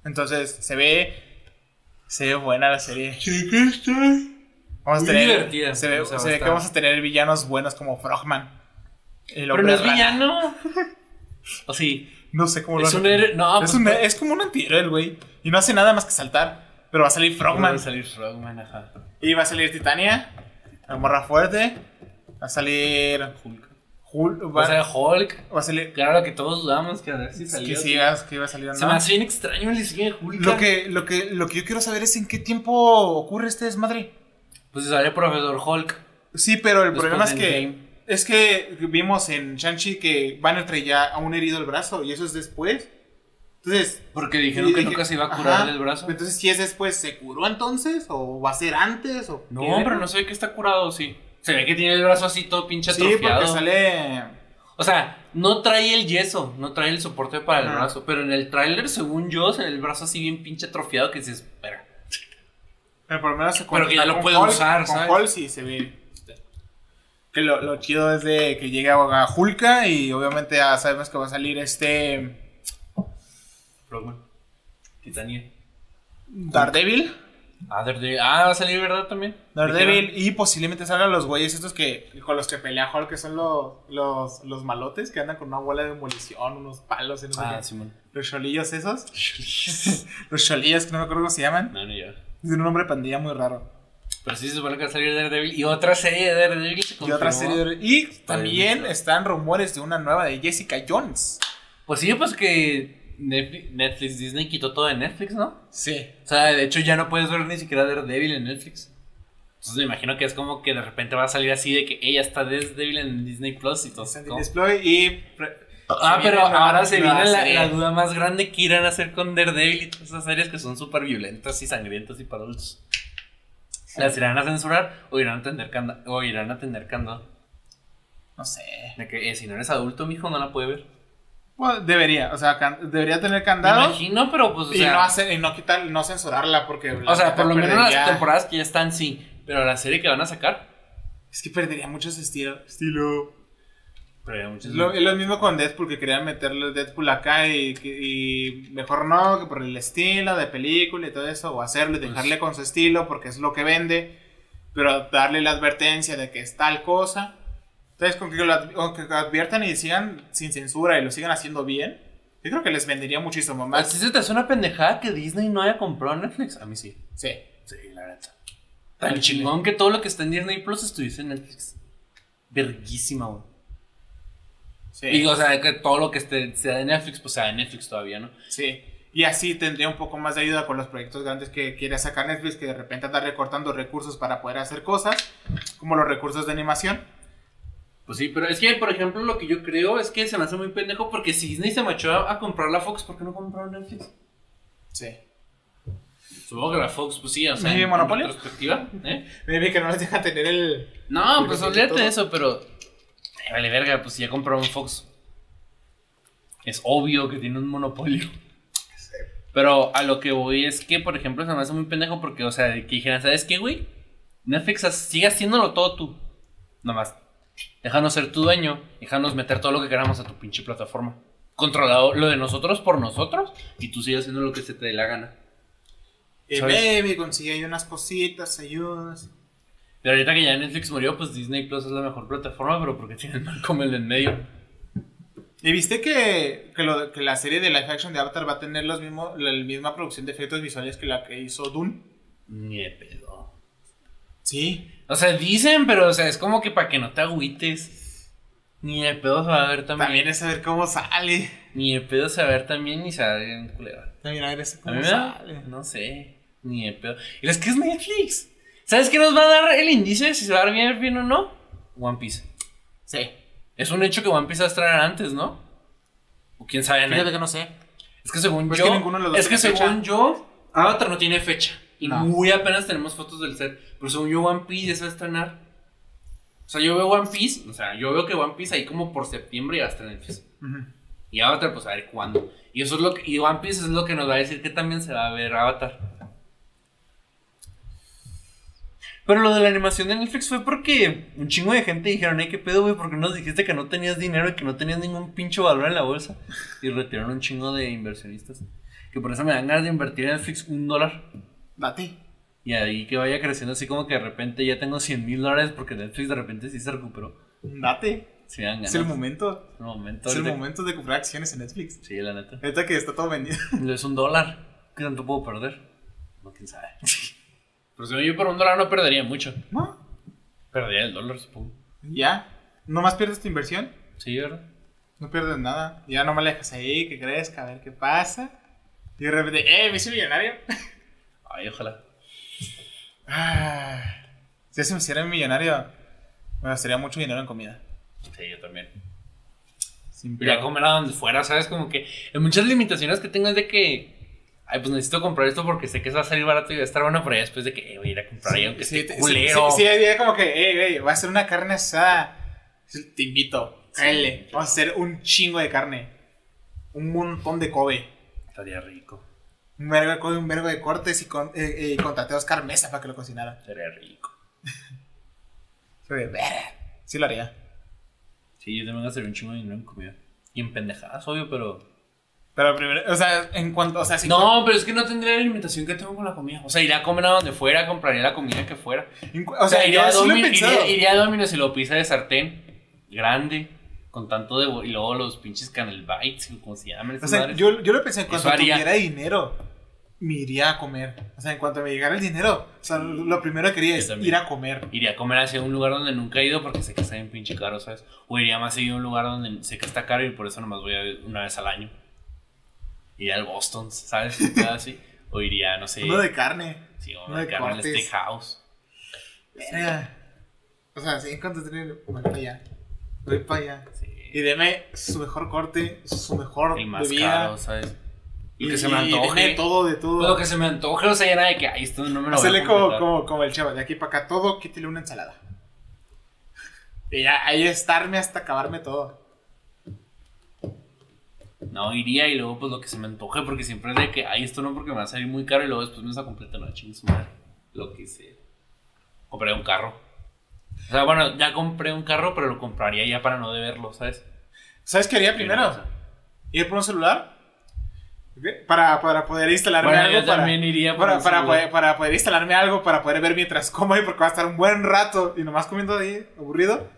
entonces se ve, se ve buena la serie. Vamos a Muy tener, divertida, se ve, o sea, se ve que bastante. vamos a tener villanos buenos como Frogman. El Pero no hombre es rana. villano. O sí, No sé cómo es lo un héroe. No, es, pues, un- es como un antihéroe el güey. Y no hace nada más que saltar. Pero va a salir Va a Frogman. salir Frogman, ajá. Y va a salir Titania. La morra fuerte. Va a salir Hulk. Hulk. Va, O sea, Hulk. va a salir. Claro que todos dudamos que a ver si es salió. que sí, tío. va- que iba a salir o Se no. me hace bien extraño el diseño de Hulk. Lo que, lo, que, lo que yo quiero saber es en qué tiempo ocurre este desmadre. Pues se salió Profesor Hulk. Sí, pero el Después problema es de que. Endgame. Es que vimos en Shang-Chi que Banner traía a un herido el brazo. Y eso es después. Entonces, Porque dijeron Y que dije, nunca se iba a ajá, curar del brazo. Entonces, si es después, ¿se curó entonces? ¿O va a ser antes? ¿O No, qué? pero no se ve que está curado, sí. Se ve que tiene el brazo así todo pinche Sí, atrofiado. porque sale. O O sea, no trae el yeso, no trae el soporte para el Ajá. brazo. Pero en el tráiler, según yo, en el brazo así bien pinche atrofiado que se espera. Pero por lo menos Pero que ya lo con puede Hulk- usar, con ¿sabes? Hulk sí se ve. Que lo, lo chido es de que llega a Hulka y obviamente ya sabemos que va a salir este Frogman. Titania. Daredevil. Ah, Daredevil. Ah, va a salir, ¿verdad? También. Daredevil y posiblemente salgan los güeyes estos que con los que pelea Hulk, que son lo- los, los malotes que andan con una bola de demolición, unos palos, y no sé Dijeron. Ah, qué. Simón. los cholillos esos. los cholillos que no me acuerdo cómo se llaman. no, no, ya. Es un nombre de pandilla muy raro. Pero sí se supone que va a salir Daredevil. Y otra serie de Daredevil. se Y otra confirmó. serie de- Y también mucho. están rumores de una nueva de Jessica Jones. Pues sí, pues que Netflix, Netflix, Disney quitó todo de Netflix, ¿no? Sí. O sea, de hecho ya no puedes ver ni siquiera Daredevil en Netflix. Entonces me imagino que es como que de repente va a salir así de que ella está Daredevil en Disney Plus y todo. Está en ¿no? Display y pre- Ah, Se pero viene la ahora se nueva viene la, serie. la duda más grande que irán a hacer con Daredevil y todas esas series que son súper violentas y sangrientas y para adultos. ¿Las irán a censurar o irán a tener candado? O irán a tener candado. no sé. De que eh, si no eres adulto, mijo, no la puede ver. Bueno, debería, o sea, can- debería tener Me candado imagino, pero pues o y sea, no hacer y no quitar, no censurarla porque la O sea, neta por lo menos perdería- las temporadas que ya están sí, pero la serie que van a sacar. Es que perdería mucho ese estilo. Estilo. Pero ya muchas Es lo, es lo mismo con Deadpool que querían meterle Deadpool acá y, que- y mejor no, que por el estilo de película y todo eso, o hacerlo y Pues- dejarle con su estilo porque es lo que vende, pero darle la advertencia de que es tal cosa. Entonces, con que lo adv- o que adviertan y sigan sin censura y lo sigan haciendo bien, yo creo que les vendería muchísimo ¿A más. ti se te hace una pendejada que Disney no haya comprado Netflix? A mí sí. Sí. Sí, la neta. Tan Al chile. chingón que todo lo que está en Disney Plus estuviese en Netflix. Verguísima, güey. Sí. Y o sea, que todo lo que esté, sea de Netflix, pues sea de Netflix todavía, ¿no? Sí. Y así tendría un poco más de ayuda con los proyectos grandes que quiere sacar Netflix, que de repente anda recortando recursos para poder hacer cosas, como los recursos de animación. Pues sí, pero es que, por ejemplo, lo que yo creo es que se me hace muy pendejo porque si Disney se machó a, a comprar la Fox, ¿por qué no compraron Netflix? Sí. Supongo que la Fox, pues sí, o sea, ¿Y en, en Monopoly? retrospectiva, ¿eh? Maybe que no les deja tener el. No, Porque pues tiene olvídate todo. de eso, pero. Ay, Vale, verga, pues si ya compraron Fox. Es obvio que tiene un monopolio. Pero a lo que voy es que, por ejemplo, se me hace muy pendejo porque, o sea, de que dijeran, ¿sabes qué, güey? Netflix, haz- sigue haciéndolo todo tú. Nomás. Déjanos ser tu dueño. Déjanos meter todo lo que queramos a tu pinche plataforma. Controlado lo de nosotros por nosotros y tú sigues haciendo lo que se te dé la gana. Eh, ¿Sabes? baby, consigue ahí unas cositas, ayudas. Pero ahorita que ya Netflix murió, pues Disney Plus es la mejor plataforma, pero porque tienen Malcolm en medio. ¿Y viste que, que, lo- que la serie de live action de Avatar va a tener los mismo, la, la misma producción de efectos visuales que la que hizo Dune? Ni de pedo. Sí. O sea, dicen, pero o sea, es como que para que no te agüites. Ni de pedo se va a ver también. También es saber cómo sale. Ni de pedo se va a ver también ni se va a ver en culera. También a ver ese A cómo mí me da, sale. no sé, ni de pedo. Y es que es Netflix. ¿Sabes qué nos va a dar el indicio de si se va a ver bien, bien o no? One Piece. Sí. Es un hecho que One Piece va a estrenar antes, ¿no? O quién sabe, ¿no? Fíjate que no sé. Es que según Pues yo. que ninguno de los dos es que tiene según fecha. yo. Avatar no tiene fecha. Y No. muy apenas tenemos fotos del set. Pero según yo, One Piece ya se va a estrenar. O sea, yo veo One Piece. O sea, yo veo que One Piece ahí como por septiembre ya va a estar en Netflix. Y Avatar, pues a ver cuándo. Y eso es lo que. Y One Piece es lo que nos va a decir que también se va a ver Avatar. Pero lo de la animación de Netflix fue porque un chingo de gente dijeron, ay, qué pedo, güey, porque nos dijiste que no tenías dinero y que no tenías ningún pincho valor en la bolsa. Y retiraron un chingo de inversionistas. Que por eso me dan ganas de invertir en Netflix un dólar. Date. Y ahí que vaya creciendo así como que de repente ya tengo 100 mil dólares porque Netflix de repente sí se recuperó. Date. Sí me dan ganas. Es el momento. Es el momento. Es el ahorita- momento de comprar acciones en Netflix. Sí, la neta. Ahorita que está todo vendido. Es un dólar. ¿Qué tanto puedo perder? No, quién sabe. Pero si no, yo por un dólar no perdería mucho. No. Perdería el dólar, supongo. Ya. Nomás pierdes tu inversión. Sí, ¿verdad? No pierdes nada. Ya no me dejas ahí, que crezca, a ver qué pasa. Y de repente, ¡eh, me hice millonario! Ay, ojalá. Ah, si se me hiciera millonario, me gastaría mucho dinero en comida. Sí, yo también. Sin Pero pedo. ya comer a donde fuera, ¿sabes? Como que en muchas limitaciones que tengo es de que. Ay, pues necesito comprar esto porque sé que eso va a salir barato y va a estar bueno, pero ya después de que eh, voy a ir a comprar ahí, aunque Sí, esté te- sí, culero. sí, sí, sí, como que, ¡eh, güey! Va a ser una carne asada. Te invito. Ándale, vamos a hacer un chingo de carne. Un montón de Kobe. Estaría rico. Un vergo de Kobe, un vergo de cortes y con, eh, eh, contraté a Oscar Mesa para que lo cocinara. Estaría rico. Fue de verga. Sí lo haría. Sí, yo también gastaría un chingo de dinero en comida. Y en pendejadas, obvio, pero. Pero primero, o sea, en cuanto, o sea, si No, pero es que no tendría la alimentación que tengo con la comida. O sea, iría a comer a donde fuera, compraría la comida que fuera. en cu- o sea, iría, yo a sí lo he Domino, pensado. iría a Domino's y lo pizza de sartén. Grande. Con tanto de. bo- Y luego los pinches canel bites, o como se llaman. O esas sea, madres. yo, yo lo pensé en Eso cuanto haría. tuviera dinero, me iría a comer. O sea, en cuanto me llegara el dinero, o sea, lo, lo primero que quería Yo es también. ir a comer. Iría a comer hacia un lugar donde nunca he ido porque sé que está bien pinche caro, ¿sabes? O iría más seguido a un lugar donde sé que está caro y por eso nomás voy a- una vez al año. Iría al Boston, ¿sabes? Un pedo así. O iría, no sé. Uno de carne. sí, o uno de me quedarme en el cortes. steakhouse. Verga. O sea, sí, en cuanto tenía, voy para allá. Voy para allá. Y Sí. deme su mejor corte, su mejor El más bebida. caro, ¿sabes? Y Lo que se me y antoje. Pues deme todo, de Lo todo. que se me antoje, o sea, ya nada de que, ay, esto no me lo voy a Hacerle como, completar". como, como el chavo, de aquí para acá todo, quítele una ensalada. Y ya, ahí estarme hasta acabarme todo. No, iría y luego pues lo que se me antoje porque siempre es de que, ay, esto no porque me va a salir muy caro y luego después me está completa la chingue su madre. Lo que sea. Compré un carro. O sea, bueno, ya compré un carro, pero lo compraría ya para no deberlo, ¿sabes? ¿Sabes qué haría primero? ir por un celular ¿ok? para, para poder instalarme Bueno, algo yo para, también iría por para, un para celular. poder, para poder instalarme algo para poder ver mientras como y porque va a estar un buen rato y nomás comiendo ahí aburrido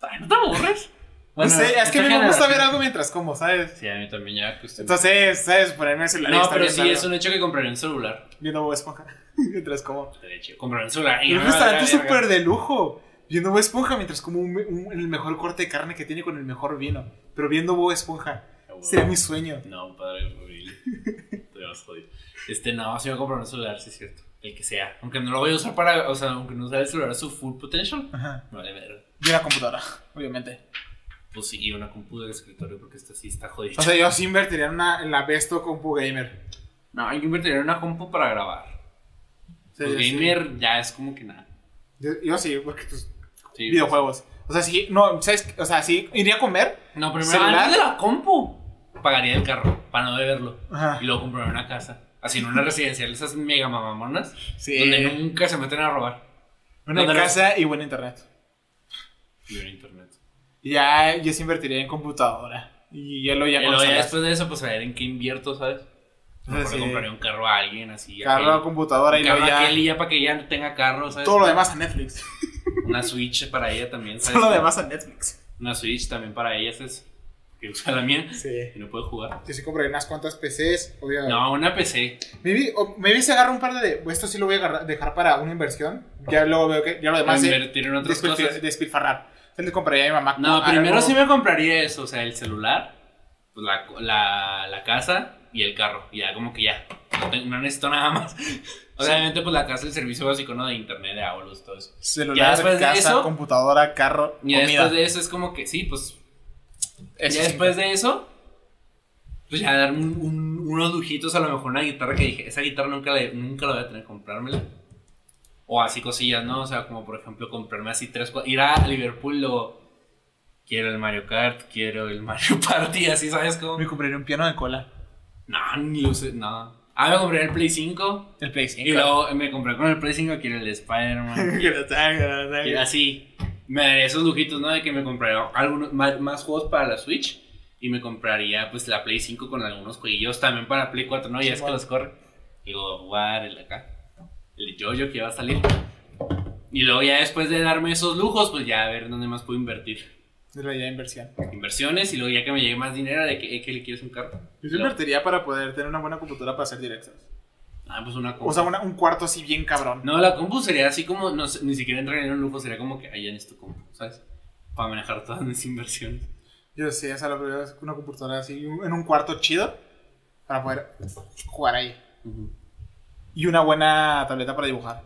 Ay, ¿No te aburres? no sé es que a mí esta me gusta ver generación- algo mientras como sabes Sí, a mí también ya que usted- entonces sabes ponerme el celular y No, estar pero viendo sí, algo, es un hecho que compraría un celular. viendo Bob Esponja mientras como Estaría chido. Compraría un celular. y y no un me valdría restaurante verga. súper de lujo viendo Bob Esponja mientras como un- un- el mejor corte de carne que tiene con el mejor vino pero viendo Bob Esponja sería mi sueño Ah, No, padre, horrible. Te vas jodido. Este, no, si voy a comprar un celular, sí es cierto. El que sea. Aunque no lo voy a usar para. O sea, aunque no usar el celular a su full potential. Ajá. Vale, verga. y una computadora obviamente Pues sí, y una compu de escritorio porque esta sí está jodida. O sea, yo sí invertiría en, una, en la Besto Compu Gamer. no, hay que invertir en una compu para grabar. O sea, El yo sí. gamer ya es como que nada. Yo, yo sí, porque pues, Sí, videojuegos. O sea, sí, no, ¿sabes? qué? O sea, sí, iría a comer. pues- No, primero ¿Celular? antes de la compu. Pagaría el carro para no beberlo. Ajá. Y luego compraría una casa. Así en una residencial, esas mega mamamonas. Sí. Donde nunca se meten a robar. Una ¿Dónde casa y buen internet. Y en internet. Y ya, yo sí invertiría en computadora. Y ya lo ya Pero Eh, ya consolas. después de eso, pues a ver en qué invierto, ¿sabes? A lo Ah, mejor sí. le compraría un carro a alguien así. Carro, aquel, computadora y un carro luego a ya. aquel y ya para que ella tenga carro, ¿sabes? Todo lo demás a Netflix. Una Switch para ella también, ¿sabes? Todo lo demás a Netflix. Una Switch también para ella, ¿sabes? Que usa la mía Sí. y no puede jugar. Yo sí compraría unas cuantas PCs, obviamente. No, una PC. Maybe, o maybe se agarra un par de. Esto sí lo voy a agarrar- dejar para una inversión. Ya luego veo que. Ya lo Para demás. sí, invertir en otras despilfi- cosas. Despilfarrar. Entonces le compraría a mi mamá. No, Ah, algo- primero sí me compraría eso, o sea, el celular, pues, la, la, la casa y el carro. Y ya, como que ya, no, te- no necesito nada más. Obviamente, pues la casa, el servicio básico, ¿no? De internet, de aulos, todo eso. Ya Celular, después de casa, eso- computadora, carro, Y ya comida. después de eso es como que sí, pues. Eso ya sí. después de eso, pues ya darme un- un- unos lujitos, a lo mejor una guitarra que dije, esa guitarra nunca la, nunca la voy a tener, comprármela. O así cosillas, ¿no? O sea, como por ejemplo comprarme así tres, cua- ir a Liverpool, luego quiero el Mario Kart, quiero el Mario Party, así, ¿sabes cómo? Me compraría un piano de cola. No, ni luces, no. Ah, me compré el Play 5 El Play y luego me compré con el Play 5, quiero el Spider-Man. Que lo traiga, que lo Y traiga. así, me daría esos lujitos, ¿no? De que me compraría algunos, más, más juegos para la Switch y me compraría, pues, la Play 5 con algunos jueguillos también para Play 4, ¿no? Ya es que Simón. los corre. Y luego, jugar el acá, el Jojo que va a salir. Y luego ya después de darme esos lujos, pues ya a ver dónde más puedo invertir. Es la idea de inversión. Inversiones y luego ya que me llegue más dinero, de que, eh, que le quieres un carro. Yo Luego, invertiría para poder tener una buena computadora para hacer directos. Ah, pues una compu. O sea, una- un cuarto así bien cabrón. No, la compu sería así como, no sé, ni siquiera entraría en un lujo, sería como que, ahí en esto compu, ¿sabes? Para manejar todas mis inversiones. Yo sí, o sea, lo primero es una computadora así un- en un cuarto chido para poder jugar ahí. Ujú. Y una buena tableta para dibujar.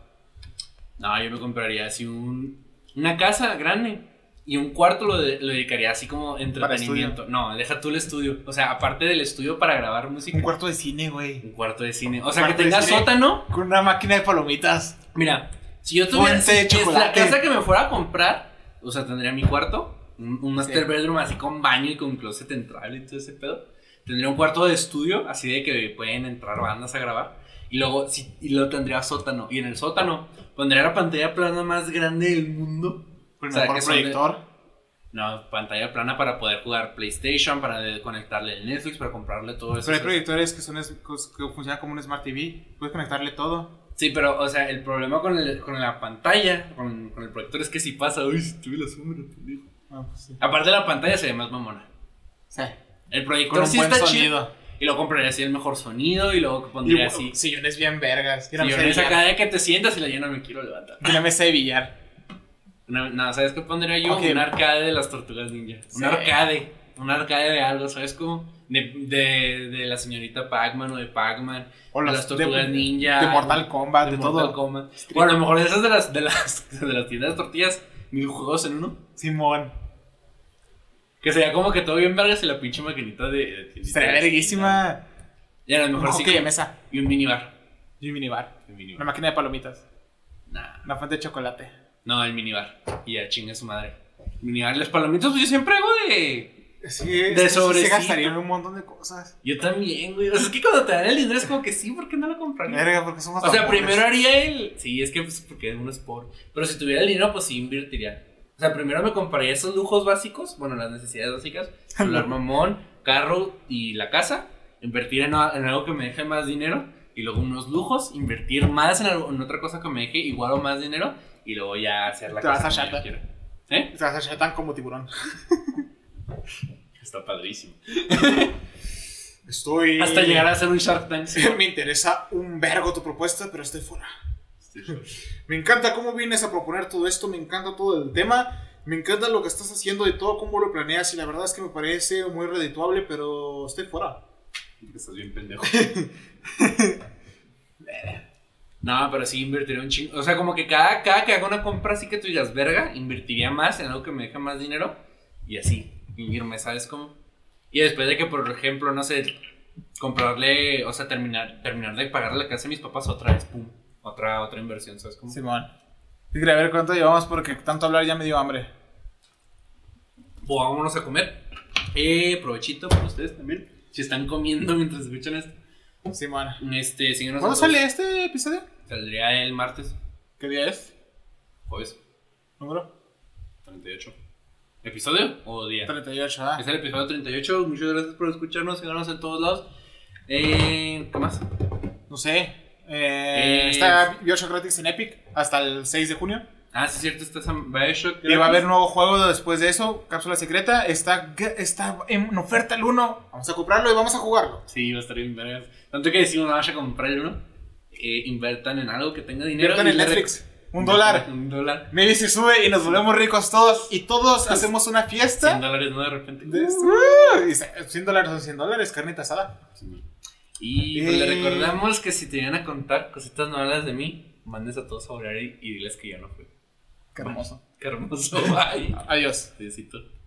No, yo me compraría así un, una casa grande y un cuarto lo, de- lo dedicaría así como entretenimiento. No, deja tú el estudio. O sea, aparte del estudio para grabar música, Un un, cuarto de cine, güey. cuarto de cine. O sea, que cuarto de tenga cine. sótano. Con una máquina de palomitas. Mira, si yo tuviera Fuente de si es la chocolate. casa que me fuera a comprar, o sea, tendría mi cuarto, un, un master Sí. bedroom así con baño y con closet entrable y todo ese pedo. Tendría un cuarto de estudio, así de que pueden entrar bandas a grabar. Y luego sí, y luego tendría sótano. Y en el sótano pondría la pantalla plana más grande del mundo. Con el O sea, mejor que son de- proyector. No, pantalla plana para poder jugar PlayStation, para de- conectarle el Netflix, para comprarle todo eso. Pero hay proyectores que, son, es- cos- que funcionan como un Smart TV. Puedes conectarle todo. Sí, pero, o sea, el problema con, el- con la pantalla, con, con el proyector, es que si pasa, uy, si tuve la sombra, pendejo. Ah, pues sí. Aparte, la pantalla se ve más mamona. Sí. El Con proyector un sí buen está chido. sonido. Y lo compraría así el mejor sonido y luego Y uh, pondría así. bu- sillones bien vergas. Y una mesa de Sillones billar. acá de que te sientas y la llena me quiero levantar. Y una mesa de billar. Una- no, ¿sabes qué pondría yo? Ok. Un arcade de las tortugas ninja. Sí. Un arcade. Un arcade de algo, ¿sabes cómo? De, de, de la señorita Pac-Man o de Pac-Man. O de las las tortugas de- ninja. de Mortal Kombat, Ah, de, de todo. Mortal Kombat. O a lo mejor de esas de las, de las, de las tiendas de tortillas, mil juegos en uno. Simón. Que sería como que todo bien vergas y la pinche maquinita de. de tiendita Estaría de- verguísima. Y a lo Un mejor sí. hockey de como- mesa. Y un minibar. Y un minibar. Un Una minibar. máquina de palomitas. Nah. Una fuente de chocolate. No, el minibar. Y ya chinga su madre. Minibar, los palomitos, pues yo siempre hago de. Sí, es De que sí se sobrecito. gastarían un montón de cosas. Yo también, güey. O sea, es que cuando te dan el dinero es como que sí, ¿por qué no lo compraría? Verga, porque somos O sea, tan primero pobres. haría el. Sí, es que pues porque uno es pobre. Pero si tuviera el dinero, pues sí invertiría. O sea, primero me compraría esos lujos básicos, bueno, las necesidades básicas, celular mamón, carro y la casa. Invertir en, en algo que me deje más dinero y luego unos lujos, invertir más en, algo- en otra cosa que me deje igual o más dinero y luego ya hacer la Te casa vas a como yo Shark quiera. ¿Eh? Se vas a echar tan como tiburón. Está padrísimo. Estoy. Hasta llegar a ser un Shark Tank. sí. Me interesa un vergo tu propuesta, pero estoy fuera. Me encanta cómo vienes a proponer todo esto, me encanta todo el tema, me encanta lo que estás haciendo y todo cómo lo planeas y la verdad es que me parece muy redituable, pero estoy fuera. Estás bien pendejo. No, pero sí invertiría un chingo. O sea, como que cada, cada que haga una compra así que tú digas, verga, invertiría más en algo que me deje más dinero. Y así, y irme, ¿sabes cómo? Y después de que, por ejemplo, no sé, comprarle, o sea, terminar, terminar de pagar la casa de mis papás otra vez, pum. Otra, otra inversión, ¿sabes cómo? Simón. Yo quería ver cuánto llevamos porque tanto hablar ya me dio hambre. Pues vámonos a comer. Eh, provechito para ustedes también. Si están comiendo mientras escuchan esto. Simón. Este, síguenos. ¿Cuándo en sale este episodio? todos. Saldría el martes, ¿Qué día es? jueves, Número 38. ¿Episodio o día? 38, ah. Es el episodio 38. Muchas gracias por escucharnos. Síganos en todos lados. Eh, ¿Qué más? No sé. Eh, Eh, Está Bioshock gratis en Epic hasta el 6 de junio. Ah, sí, es cierto. Está Sam Bioshock. Y va a haber nuevo juego después de eso, Cápsula Secreta. Está, está en oferta el 1. Vamos a comprarlo y vamos a jugarlo. Sí, va a estar bien vergas. Tanto que decimos, no vaya a comprar el uno. Eh, invertan en algo que tenga dinero. Inviertan en y le- Netflix. Un dólar. Un dólar. Maybe se sube y nos volvemos ricos todos. Y todos hacemos una 100 fiesta. dólares, ¿no? De repente. De Uh, y se- 100 dólares son 100 dólares, carnita asada. Y pues, le Eh. recordamos que si te iban a contar cositas malas de mí, mandes a todos a orar y, y diles que yo no fui. Qué hermoso. Qué hermoso. Bye. Adiós. Te